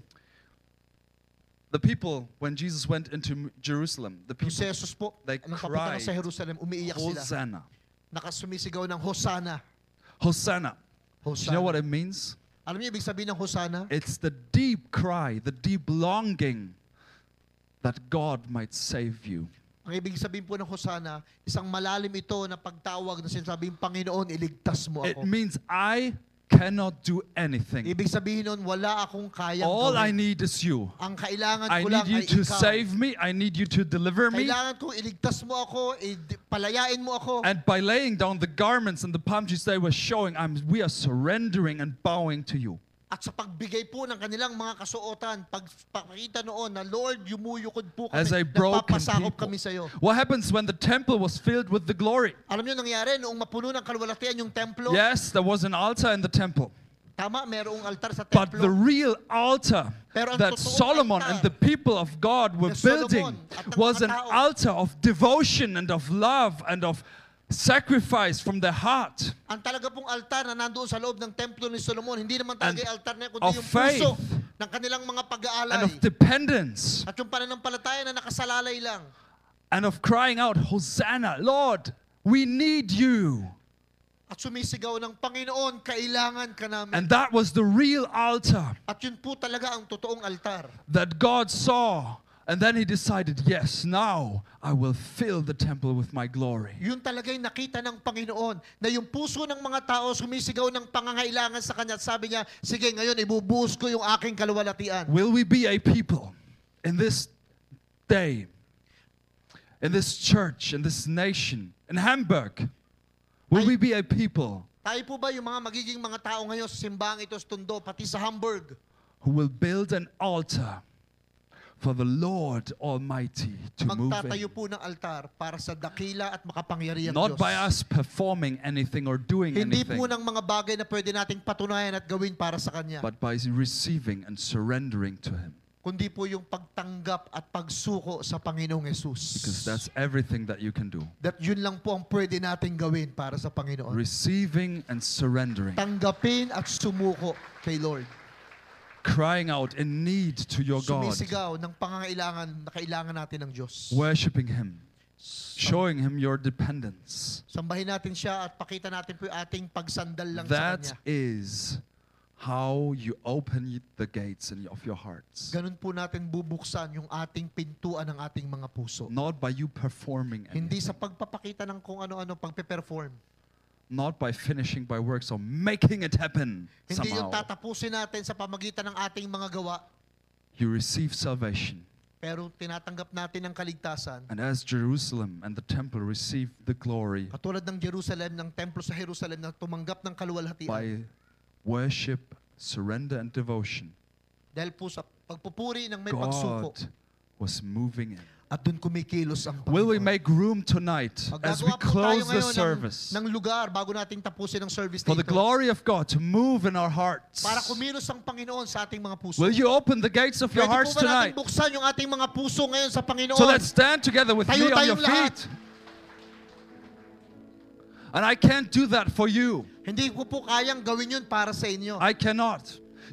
Speaker 3: the people, when Jesus went into Jerusalem, the
Speaker 2: Yung
Speaker 3: people,
Speaker 2: Jesus po,
Speaker 3: They
Speaker 2: nang papunta na sa
Speaker 3: cried,
Speaker 2: Jerusalem, umiiyak sila.
Speaker 3: Hosanna.
Speaker 2: Nakasumisigaw ng Hosanna.
Speaker 3: Hosanna. Do you
Speaker 2: Hosanna.
Speaker 3: know what Eh- it means?
Speaker 2: Alam niyo ibig sabihin ng Hosanna?
Speaker 3: It's the deep cry, the deep longing that God might save you.
Speaker 2: Ang ibig sabihin po ng Hosanna, isang malalim ito na pagtawag na sinasabing, Panginoon, iligtas mo
Speaker 3: It
Speaker 2: ako.
Speaker 3: means I cannot do anything.
Speaker 2: Ibig sabihin nun, wala akong kayang
Speaker 3: All I
Speaker 2: gawin.
Speaker 3: need is you.
Speaker 2: Ang kailangan
Speaker 3: I
Speaker 2: ko lang
Speaker 3: need you
Speaker 2: ay
Speaker 3: to
Speaker 2: ikaw.
Speaker 3: save me. I need you to deliver me.
Speaker 2: Kailangan ko iligtas mo ako, i- palayain mo ako.
Speaker 3: And by laying down the garments and the palm trees they were showing, I'm, we are surrendering and bowing to you.
Speaker 2: At sa pagbigay po ng kanilang mga kasuotan, pagpakita noon na Lord, yumuyukod po kami,
Speaker 3: As a broken
Speaker 2: nagpapasakop
Speaker 3: people.
Speaker 2: kami sa iyo.
Speaker 3: What happens when the temple was filled with the glory?
Speaker 2: Alam niyo nangyari noong mapuno ng kalwalatian yung templo?
Speaker 3: Yes, there was an altar in the temple.
Speaker 2: Tama, merong altar sa
Speaker 3: But the
Speaker 2: templo.
Speaker 3: real altar
Speaker 2: Pero ang
Speaker 3: that
Speaker 2: totoong
Speaker 3: Solomon
Speaker 2: altar
Speaker 3: and the people of God
Speaker 2: na
Speaker 3: were
Speaker 2: Solomon
Speaker 3: building
Speaker 2: at ng mga
Speaker 3: was an
Speaker 2: tao.
Speaker 3: altar of devotion and of love and of sacrifice from their heart.
Speaker 2: ang talaga pong altar na nandoon sa loob ng templo ni Solomon, hindi naman talaga
Speaker 3: And
Speaker 2: yung altar na yun, kundi
Speaker 3: of
Speaker 2: yung puso
Speaker 3: faith.
Speaker 2: ng kanilang mga
Speaker 3: and
Speaker 2: pag-aalay.
Speaker 3: of dependence
Speaker 2: At yung pananampalataya na nakasalalay lang.
Speaker 3: and of crying out, Hosanna, Lord, we need you.
Speaker 2: At sumisigaw ng Panginoon, kailangan ka namin.
Speaker 3: And that was the real altar
Speaker 2: At yun po talaga ang totoong altar.
Speaker 3: that God saw. And then he decided, yes, now I will fill the temple with my glory.
Speaker 2: Yun talaga yung nakita ng Panginoon na yung puso ng mga tao sumisigaw ng pangangailangan sa kanya at sabi niya, sige ngayon ibubuhos ko yung aking kaluwalatian.
Speaker 3: Will we be a people in this day, in this church, in this nation, in Hamburg? Will we be a people
Speaker 2: Tayo po ba yung mga magiging mga tao ngayon sa simbang ito sa Tondo, pati sa Hamburg,
Speaker 3: who will build an altar for the Lord Almighty to move in?
Speaker 2: magtatayo po ng altar para sa dakila at makapangyarihan
Speaker 3: Not
Speaker 2: Diyos.
Speaker 3: by us performing anything or doing
Speaker 2: Hindi
Speaker 3: anything,
Speaker 2: po ng mga bagay na pwede nating patunayan at gawin para sa Kanya,
Speaker 3: but by receiving and surrendering to Him.
Speaker 2: kundi po yung pagtanggap at pagsuko sa Panginoong Yesus.
Speaker 3: Because that's everything that you can do.
Speaker 2: That yun lang po ang pwede nating gawin para sa Panginoon.
Speaker 3: Receiving and surrendering.
Speaker 2: Tanggapin at sumuko kay Lord.
Speaker 3: Crying out in need to your God.
Speaker 2: Sumisigaw ng pangangailangan na kailangan natin ng Diyos.
Speaker 3: Worshipping Him. Showing Him your dependence.
Speaker 2: Sambahin natin siya at pakita natin po yung ating pagsandal lang sa
Speaker 3: That
Speaker 2: Kanya.
Speaker 3: is how you open the gates in- of your hearts.
Speaker 2: Ganun po natin bubuksan yung ating pintuan ng ating mga puso.
Speaker 3: Not by you performing
Speaker 2: Hindi
Speaker 3: anything.
Speaker 2: sa pagpapakita ng kung ano-ano pagpe-perform.
Speaker 3: Not by finishing by works or making it happen
Speaker 2: Hindi yung
Speaker 3: somehow.
Speaker 2: tatapusin natin sa pamagitan ng ating mga gawa,
Speaker 3: You receive salvation.
Speaker 2: pero tinatanggap natin ang kaligtasan.
Speaker 3: And as Jerusalem and the temple received the glory
Speaker 2: Katulad ng Jerusalem, ng templo sa Jerusalem na tumanggap ng kaluwalhatian
Speaker 3: by worship, surrender, and devotion,
Speaker 2: Dahil po sa pagpupuri ng may pagsuko.
Speaker 3: God was moving in.
Speaker 2: At doon kumikilos ang
Speaker 3: Will we
Speaker 2: Panginoon.
Speaker 3: make room tonight as
Speaker 2: Magagawa
Speaker 3: we
Speaker 2: po tayo
Speaker 3: close the
Speaker 2: ngayon ng,
Speaker 3: service
Speaker 2: ng lugar bago nating tapusin ang service
Speaker 3: for
Speaker 2: na
Speaker 3: the
Speaker 2: ito.
Speaker 3: glory of God to move in our hearts?
Speaker 2: Para kumilos ang Panginoon sa ating mga puso.
Speaker 3: Will you open the gates of your
Speaker 2: Pwede
Speaker 3: hearts
Speaker 2: po ba natin
Speaker 3: tonight?
Speaker 2: buksan yung ating mga puso ngayon sa Panginoon?
Speaker 3: So let's stand together with
Speaker 2: Tayo
Speaker 3: me on your
Speaker 2: tayong lahat.
Speaker 3: feet. And I can't do that for you.
Speaker 2: Hindi ko po kayang gawin yun para sa inyo.
Speaker 3: I cannot.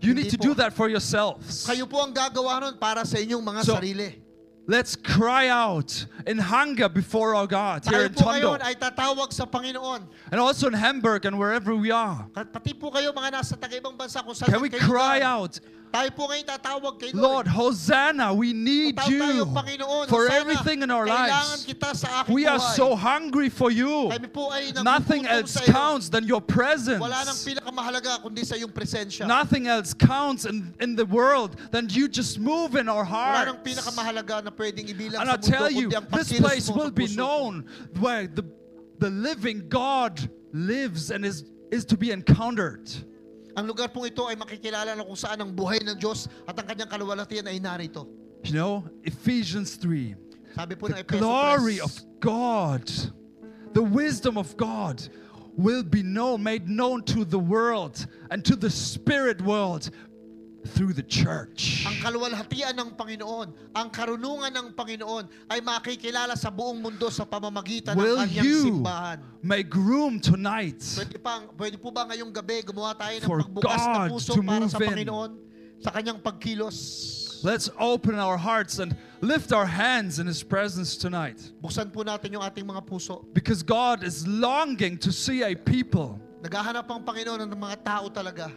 Speaker 3: You
Speaker 2: Hindi
Speaker 3: need to
Speaker 2: po.
Speaker 3: do that for yourselves.
Speaker 2: Kayo po ang gagawa nun para sa inyong mga
Speaker 3: So,
Speaker 2: sarili.
Speaker 3: Let's cry out in hunger before our God
Speaker 2: Tayo
Speaker 3: here in
Speaker 2: po ngayon
Speaker 3: Tondo
Speaker 2: ay tatawag sa Panginoon.
Speaker 3: and also in Hamburg and wherever we are.
Speaker 2: At Pati po kayo mga nasa tagaibang bansa kung saan
Speaker 3: Can we cry out,
Speaker 2: Tayo po ngayon tatawag kay
Speaker 3: Lord,
Speaker 2: Lord.
Speaker 3: Hosanna, we need
Speaker 2: Tawag tayo,
Speaker 3: you
Speaker 2: Panginoon,
Speaker 3: for
Speaker 2: Hosanna,
Speaker 3: everything in our
Speaker 2: kailangan
Speaker 3: lives.
Speaker 2: kita sa aking
Speaker 3: We are
Speaker 2: buhay.
Speaker 3: so hungry for you.
Speaker 2: Kami po ay
Speaker 3: Nothing
Speaker 2: nagugutom
Speaker 3: else
Speaker 2: sa iyo.
Speaker 3: counts than your
Speaker 2: Wala nang
Speaker 3: presence.
Speaker 2: pinakamahalaga kundi sa iyong presensya.
Speaker 3: Nothing else counts in, in the world than you just move in our
Speaker 2: Wala
Speaker 3: hearts.
Speaker 2: nang pinakamahalaga na pwedeng ibilang
Speaker 3: And
Speaker 2: sa
Speaker 3: I
Speaker 2: mundo
Speaker 3: tell you,
Speaker 2: kundi ang
Speaker 3: this
Speaker 2: pagkilos
Speaker 3: place
Speaker 2: mo sa
Speaker 3: will be
Speaker 2: puso.
Speaker 3: known where the, the living God lives and is, is to be encountered.
Speaker 2: Ang lugar pong ito ay makikilala na kung saan ang buhay ng Diyos at ang kanyang kaluwalhatian ay narito.
Speaker 3: You know, Ephesians 3
Speaker 2: Sabi po ng
Speaker 3: the
Speaker 2: Epeso
Speaker 3: glory of
Speaker 2: Press,
Speaker 3: God, the wisdom of God will be known, made known to the world and to the spirit world through the church.
Speaker 2: ang kaluwalhatian ng Panginoon, ang karunungan ng Panginoon ay makikilala sa buong mundo sa pamamagitan ng
Speaker 3: Will
Speaker 2: kanyang
Speaker 3: you
Speaker 2: simbahan.
Speaker 3: make room tonight?
Speaker 2: Pwede, pang, pwede po ba ngayong gabi gumawa tayo ng
Speaker 3: For
Speaker 2: pagbukas
Speaker 3: God
Speaker 2: ng puso
Speaker 3: to
Speaker 2: para sa
Speaker 3: move in.
Speaker 2: Panginoon sa kanyang pagkilos?
Speaker 3: Let's open our hearts and lift our hands in His presence tonight.
Speaker 2: Buksan po natin yung ating mga puso.
Speaker 3: Because God is longing to see a people
Speaker 2: Naghahanap ang Panginoon ng mga tao talaga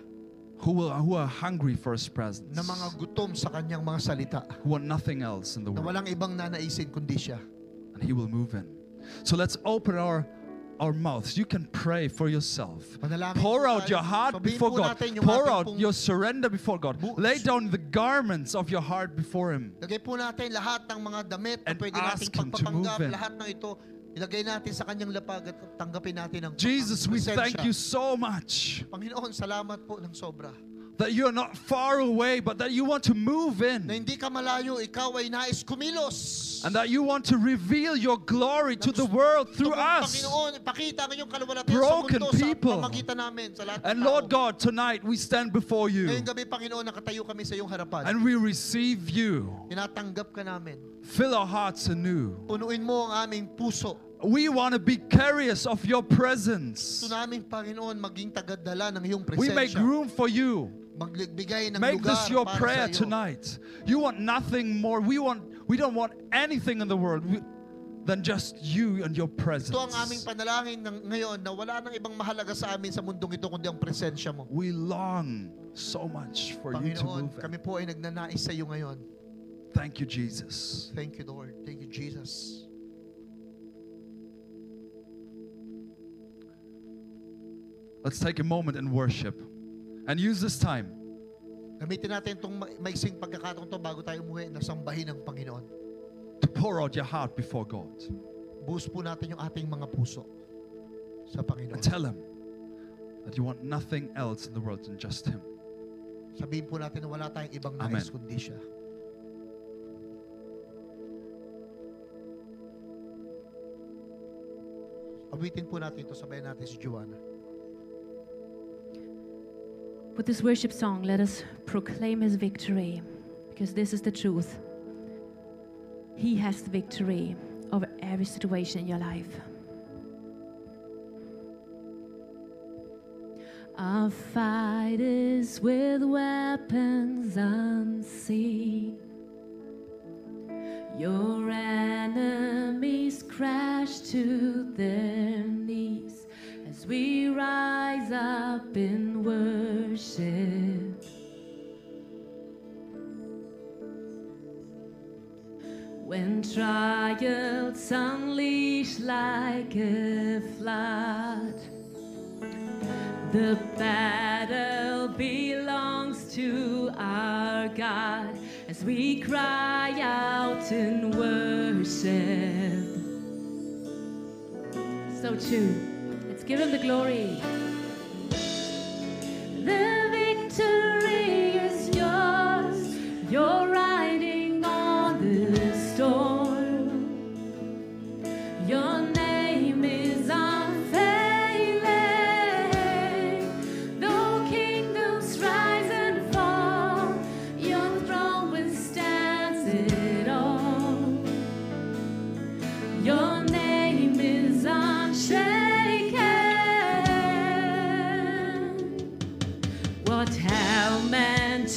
Speaker 3: who, will, who are hungry for His presence,
Speaker 2: na mga gutom sa kanyang mga salita
Speaker 3: who want nothing else in the
Speaker 2: na
Speaker 3: world.
Speaker 2: walang ibang nanaisin kundi siya.
Speaker 3: and he will move in. So let's open our our mouths. You can pray for yourself.
Speaker 2: Manalangin
Speaker 3: Pour
Speaker 2: po
Speaker 3: out
Speaker 2: tayo.
Speaker 3: your heart
Speaker 2: Sabihin
Speaker 3: before
Speaker 2: po
Speaker 3: God.
Speaker 2: natin yung
Speaker 3: Pour
Speaker 2: ating
Speaker 3: out
Speaker 2: pong-
Speaker 3: your surrender before God.
Speaker 2: Bu-
Speaker 3: Lay down the garments of your heart before him.
Speaker 2: Lagay po natin lahat ng mga damit na
Speaker 3: And
Speaker 2: pwede nating
Speaker 3: ask Him to
Speaker 2: pagpapanggap,
Speaker 3: move in.
Speaker 2: lahat ng ito, ilagay natin sa kanyang lapag at tanggapin natin ang
Speaker 3: Jesus,
Speaker 2: ang
Speaker 3: we
Speaker 2: presensya.
Speaker 3: thank you so much
Speaker 2: Panginoon, salamat po ng sobra.
Speaker 3: that you are not far away, but that you want to move
Speaker 2: Na
Speaker 3: in
Speaker 2: hindi ka malayo, ikaw ay nais kumilos.
Speaker 3: and that you want to reveal your glory to the
Speaker 2: gusto
Speaker 3: world through
Speaker 2: Panginoon,
Speaker 3: us.
Speaker 2: Panginoon, pakita ang iyong kalawalatian
Speaker 3: Broken
Speaker 2: sa mundo
Speaker 3: people.
Speaker 2: sa pamagitan namin, sa lahat ng
Speaker 3: And
Speaker 2: tao.
Speaker 3: Lord God, tonight we stand before you
Speaker 2: Ngayong gabi, Panginoon, nakatayo kami sa iyong harapan.
Speaker 3: and we receive you.
Speaker 2: Tinatanggap ka namin.
Speaker 3: Fill our hearts anew.
Speaker 2: Punuin mo ang aming puso.
Speaker 3: We want to be carriers of your presence.
Speaker 2: Gusto namin, Panginoon, maging tagadala ng iyong
Speaker 3: We make
Speaker 2: presensya.
Speaker 3: room for you.
Speaker 2: Magbigay ng
Speaker 3: Make
Speaker 2: lugar
Speaker 3: this your
Speaker 2: para
Speaker 3: prayer
Speaker 2: sa iyo.
Speaker 3: tonight. You want nothing more. We want we don't want anything in the world we- than just you and your
Speaker 2: Ito ang aming
Speaker 3: presence.
Speaker 2: panalangin ng ngayon na wala nang ibang mahalaga sa amin sa mundong ito kundi ang presensya mo.
Speaker 3: We long so much for you to
Speaker 2: Panginoon,
Speaker 3: move. in.
Speaker 2: kami po ay nagnanais sa iyo ngayon.
Speaker 3: Thank you, Jesus.
Speaker 2: Thank you, Lord. Thank you, Jesus.
Speaker 3: Let's take a moment and worship and use this time
Speaker 2: Gamitin natin itong ma- maiksing pagkakataon to bago tayo umuwi na sambahin ng Panginoon.
Speaker 3: to pour out your heart before God
Speaker 2: Buhos po natin yung ating mga puso sa Panginoon.
Speaker 3: and tell Him that you want nothing else in the world than just Him.
Speaker 2: Sabihin po natin na wala tayong ibang
Speaker 3: Amen.
Speaker 2: nais kundi siya. Awitin po natin ito, sabayan natin si Joanna.
Speaker 4: With this worship song, let us proclaim his victory, because this is the truth. He has the victory over every situation in your life. Our fight is with weapons unseen. Your enemies crash to their knees as we rise up in worship. When trials unleash like a flood, the battle belongs to our God as we cry out in worship. So true. Let's give him the glory. The victory is yours.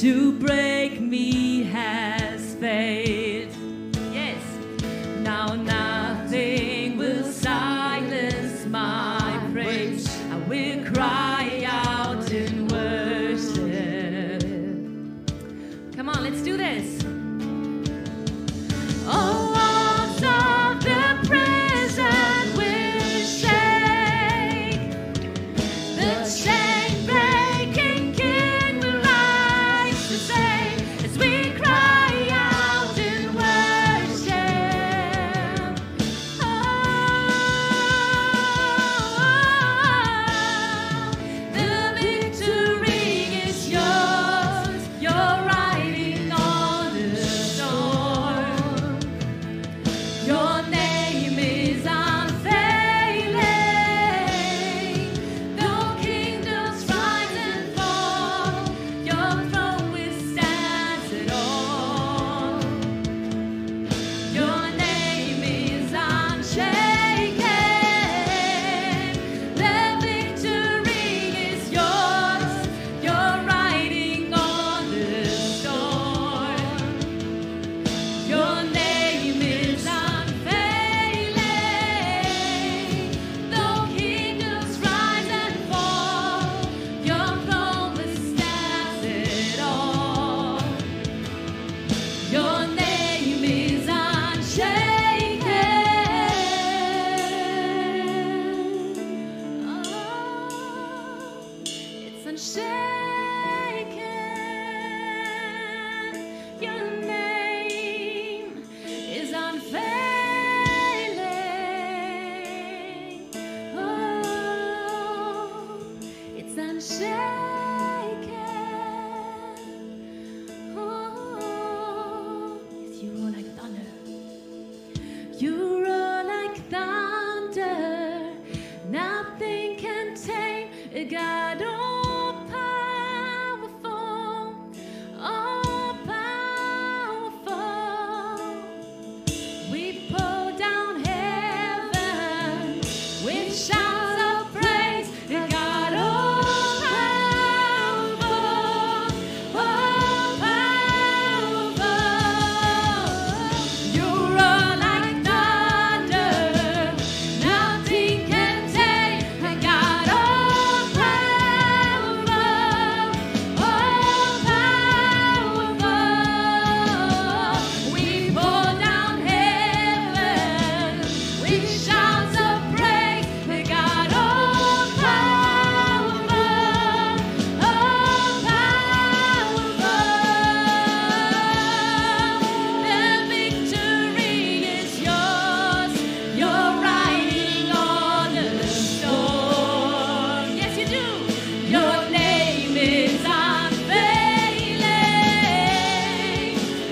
Speaker 4: to break me has failed. Yes. Now nothing will silence my praise. I will cry out in worship. Come on, let's do this. Oh, walls of the prison will shake. The chain-breaking King will rise to say, as we cry out in worship. Oh, the victory is yours. You're riding on the storm. Your name is unfailing. Though kingdoms rise and fall, your throne will stand at all. Your name is unshaken. The victory is yours. You're riding on the storm. Your name is unfailing. Though kingdoms rise and fall, your promise stands it all. Your name is unshaken. Oh, it's unshaken. Your name is unfailing. Oh, it's unshaken. Oh, yes, you are like thunder. You roar like thunder. Nothing can tame a God all powerful, all powerful. We pull down heaven with shouts of praise. A God all powerful, all powerful. You roar like thunder. Nothing can take a God all powerful, all powerful. We pour down heaven with shouts of praise. A God all powerful, all powerful. The victory is yours. You're riding on a storm. Yes, you do. Your name is unfailing.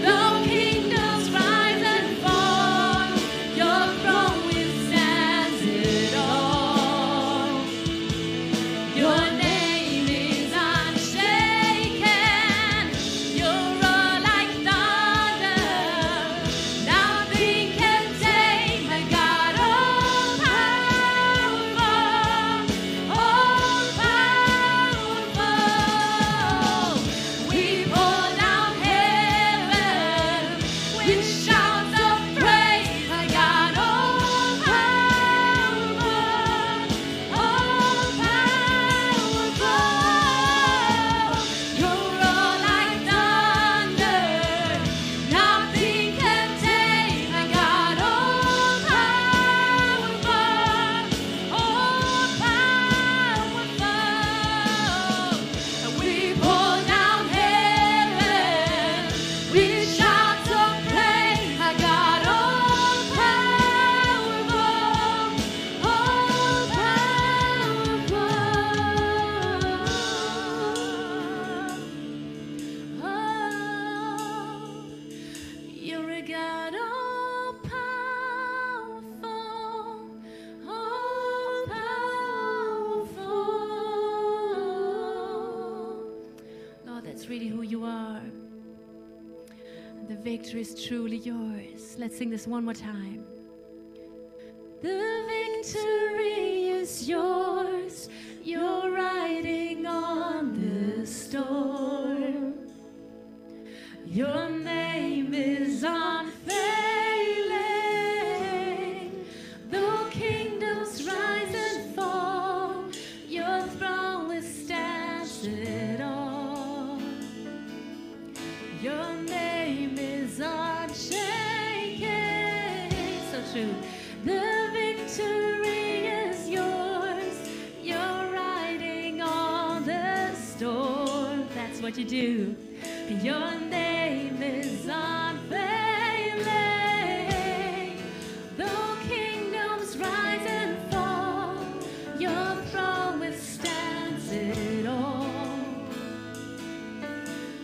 Speaker 4: Though kingdoms rise and fall, your throne withstands it all. Your name is unshaken. You're like thunder. Nothing can tame my God. All powerful, all powerful. We pour down heaven with shouts of praise. My God, all powerful, all powerful. You roar like thunder. Nothing can take my God, all powerful, all powerful. We pour down heaven with shouts of praise. My God, all powerful, all powerful. Oh, you're a God all powerful, all powerful.
Speaker 5: Lord, that's really who you are. The victory is truly yours. Let's sing this one more time.
Speaker 4: The victory is yours. You're riding on the storm. Your name is unfailing. Though kingdoms rise and fall, your throne withstands it all. Your name is unshaken. So true. The victory is yours. You're riding on the storm. That's what you do. Your name is unfailing. Though kingdoms rise and fall, your throne withstands it all.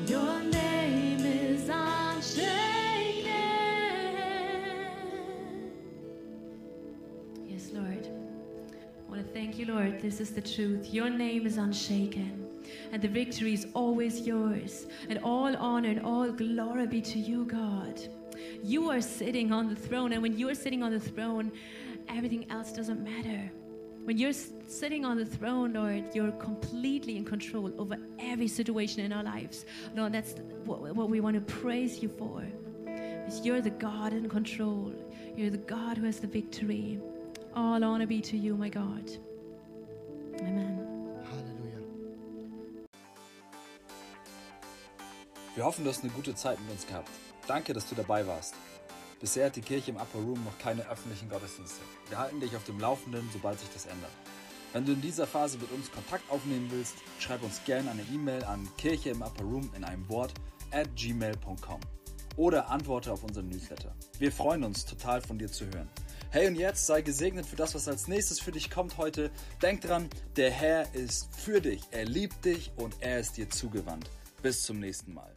Speaker 4: Your name is unshaken.
Speaker 5: Yes, Lord. I want to thank you, Lord. This is the truth. Your name is unshaken, and the victory is always yours. And all honor and all glory be to you, God. You are sitting on the throne, and when you are sitting on the throne, everything else doesn't matter. When you're s- sitting on the throne, Lord, you're completely in control over every situation in our lives. Lord, that's what, what we want to praise you for. Because you're the God in control. You're the God who has the victory. All honor be to you, my God. Amen.
Speaker 2: Hallelujah.
Speaker 1: Wir hoffen, du hast eine gute Zeit mit uns gehabt. Danke, dass du dabei warst. Bisher hat die Kirche im Upper Room noch keine öffentlichen Gottesdienste. Wir halten dich auf dem Laufenden, sobald sich das ändert. Wenn du in dieser Phase mit uns Kontakt aufnehmen willst, schreib uns gerne eine E-Mail an kirche im Upper Room in einem Wort at gmail.com oder antworte auf unseren Newsletter. Wir freuen uns total von dir zu hören. Hey und jetzt sei gesegnet für das, was als nächstes für dich kommt heute. Denk dran, der Herr ist für dich, er liebt dich und er ist dir zugewandt. Bis zum nächsten Mal.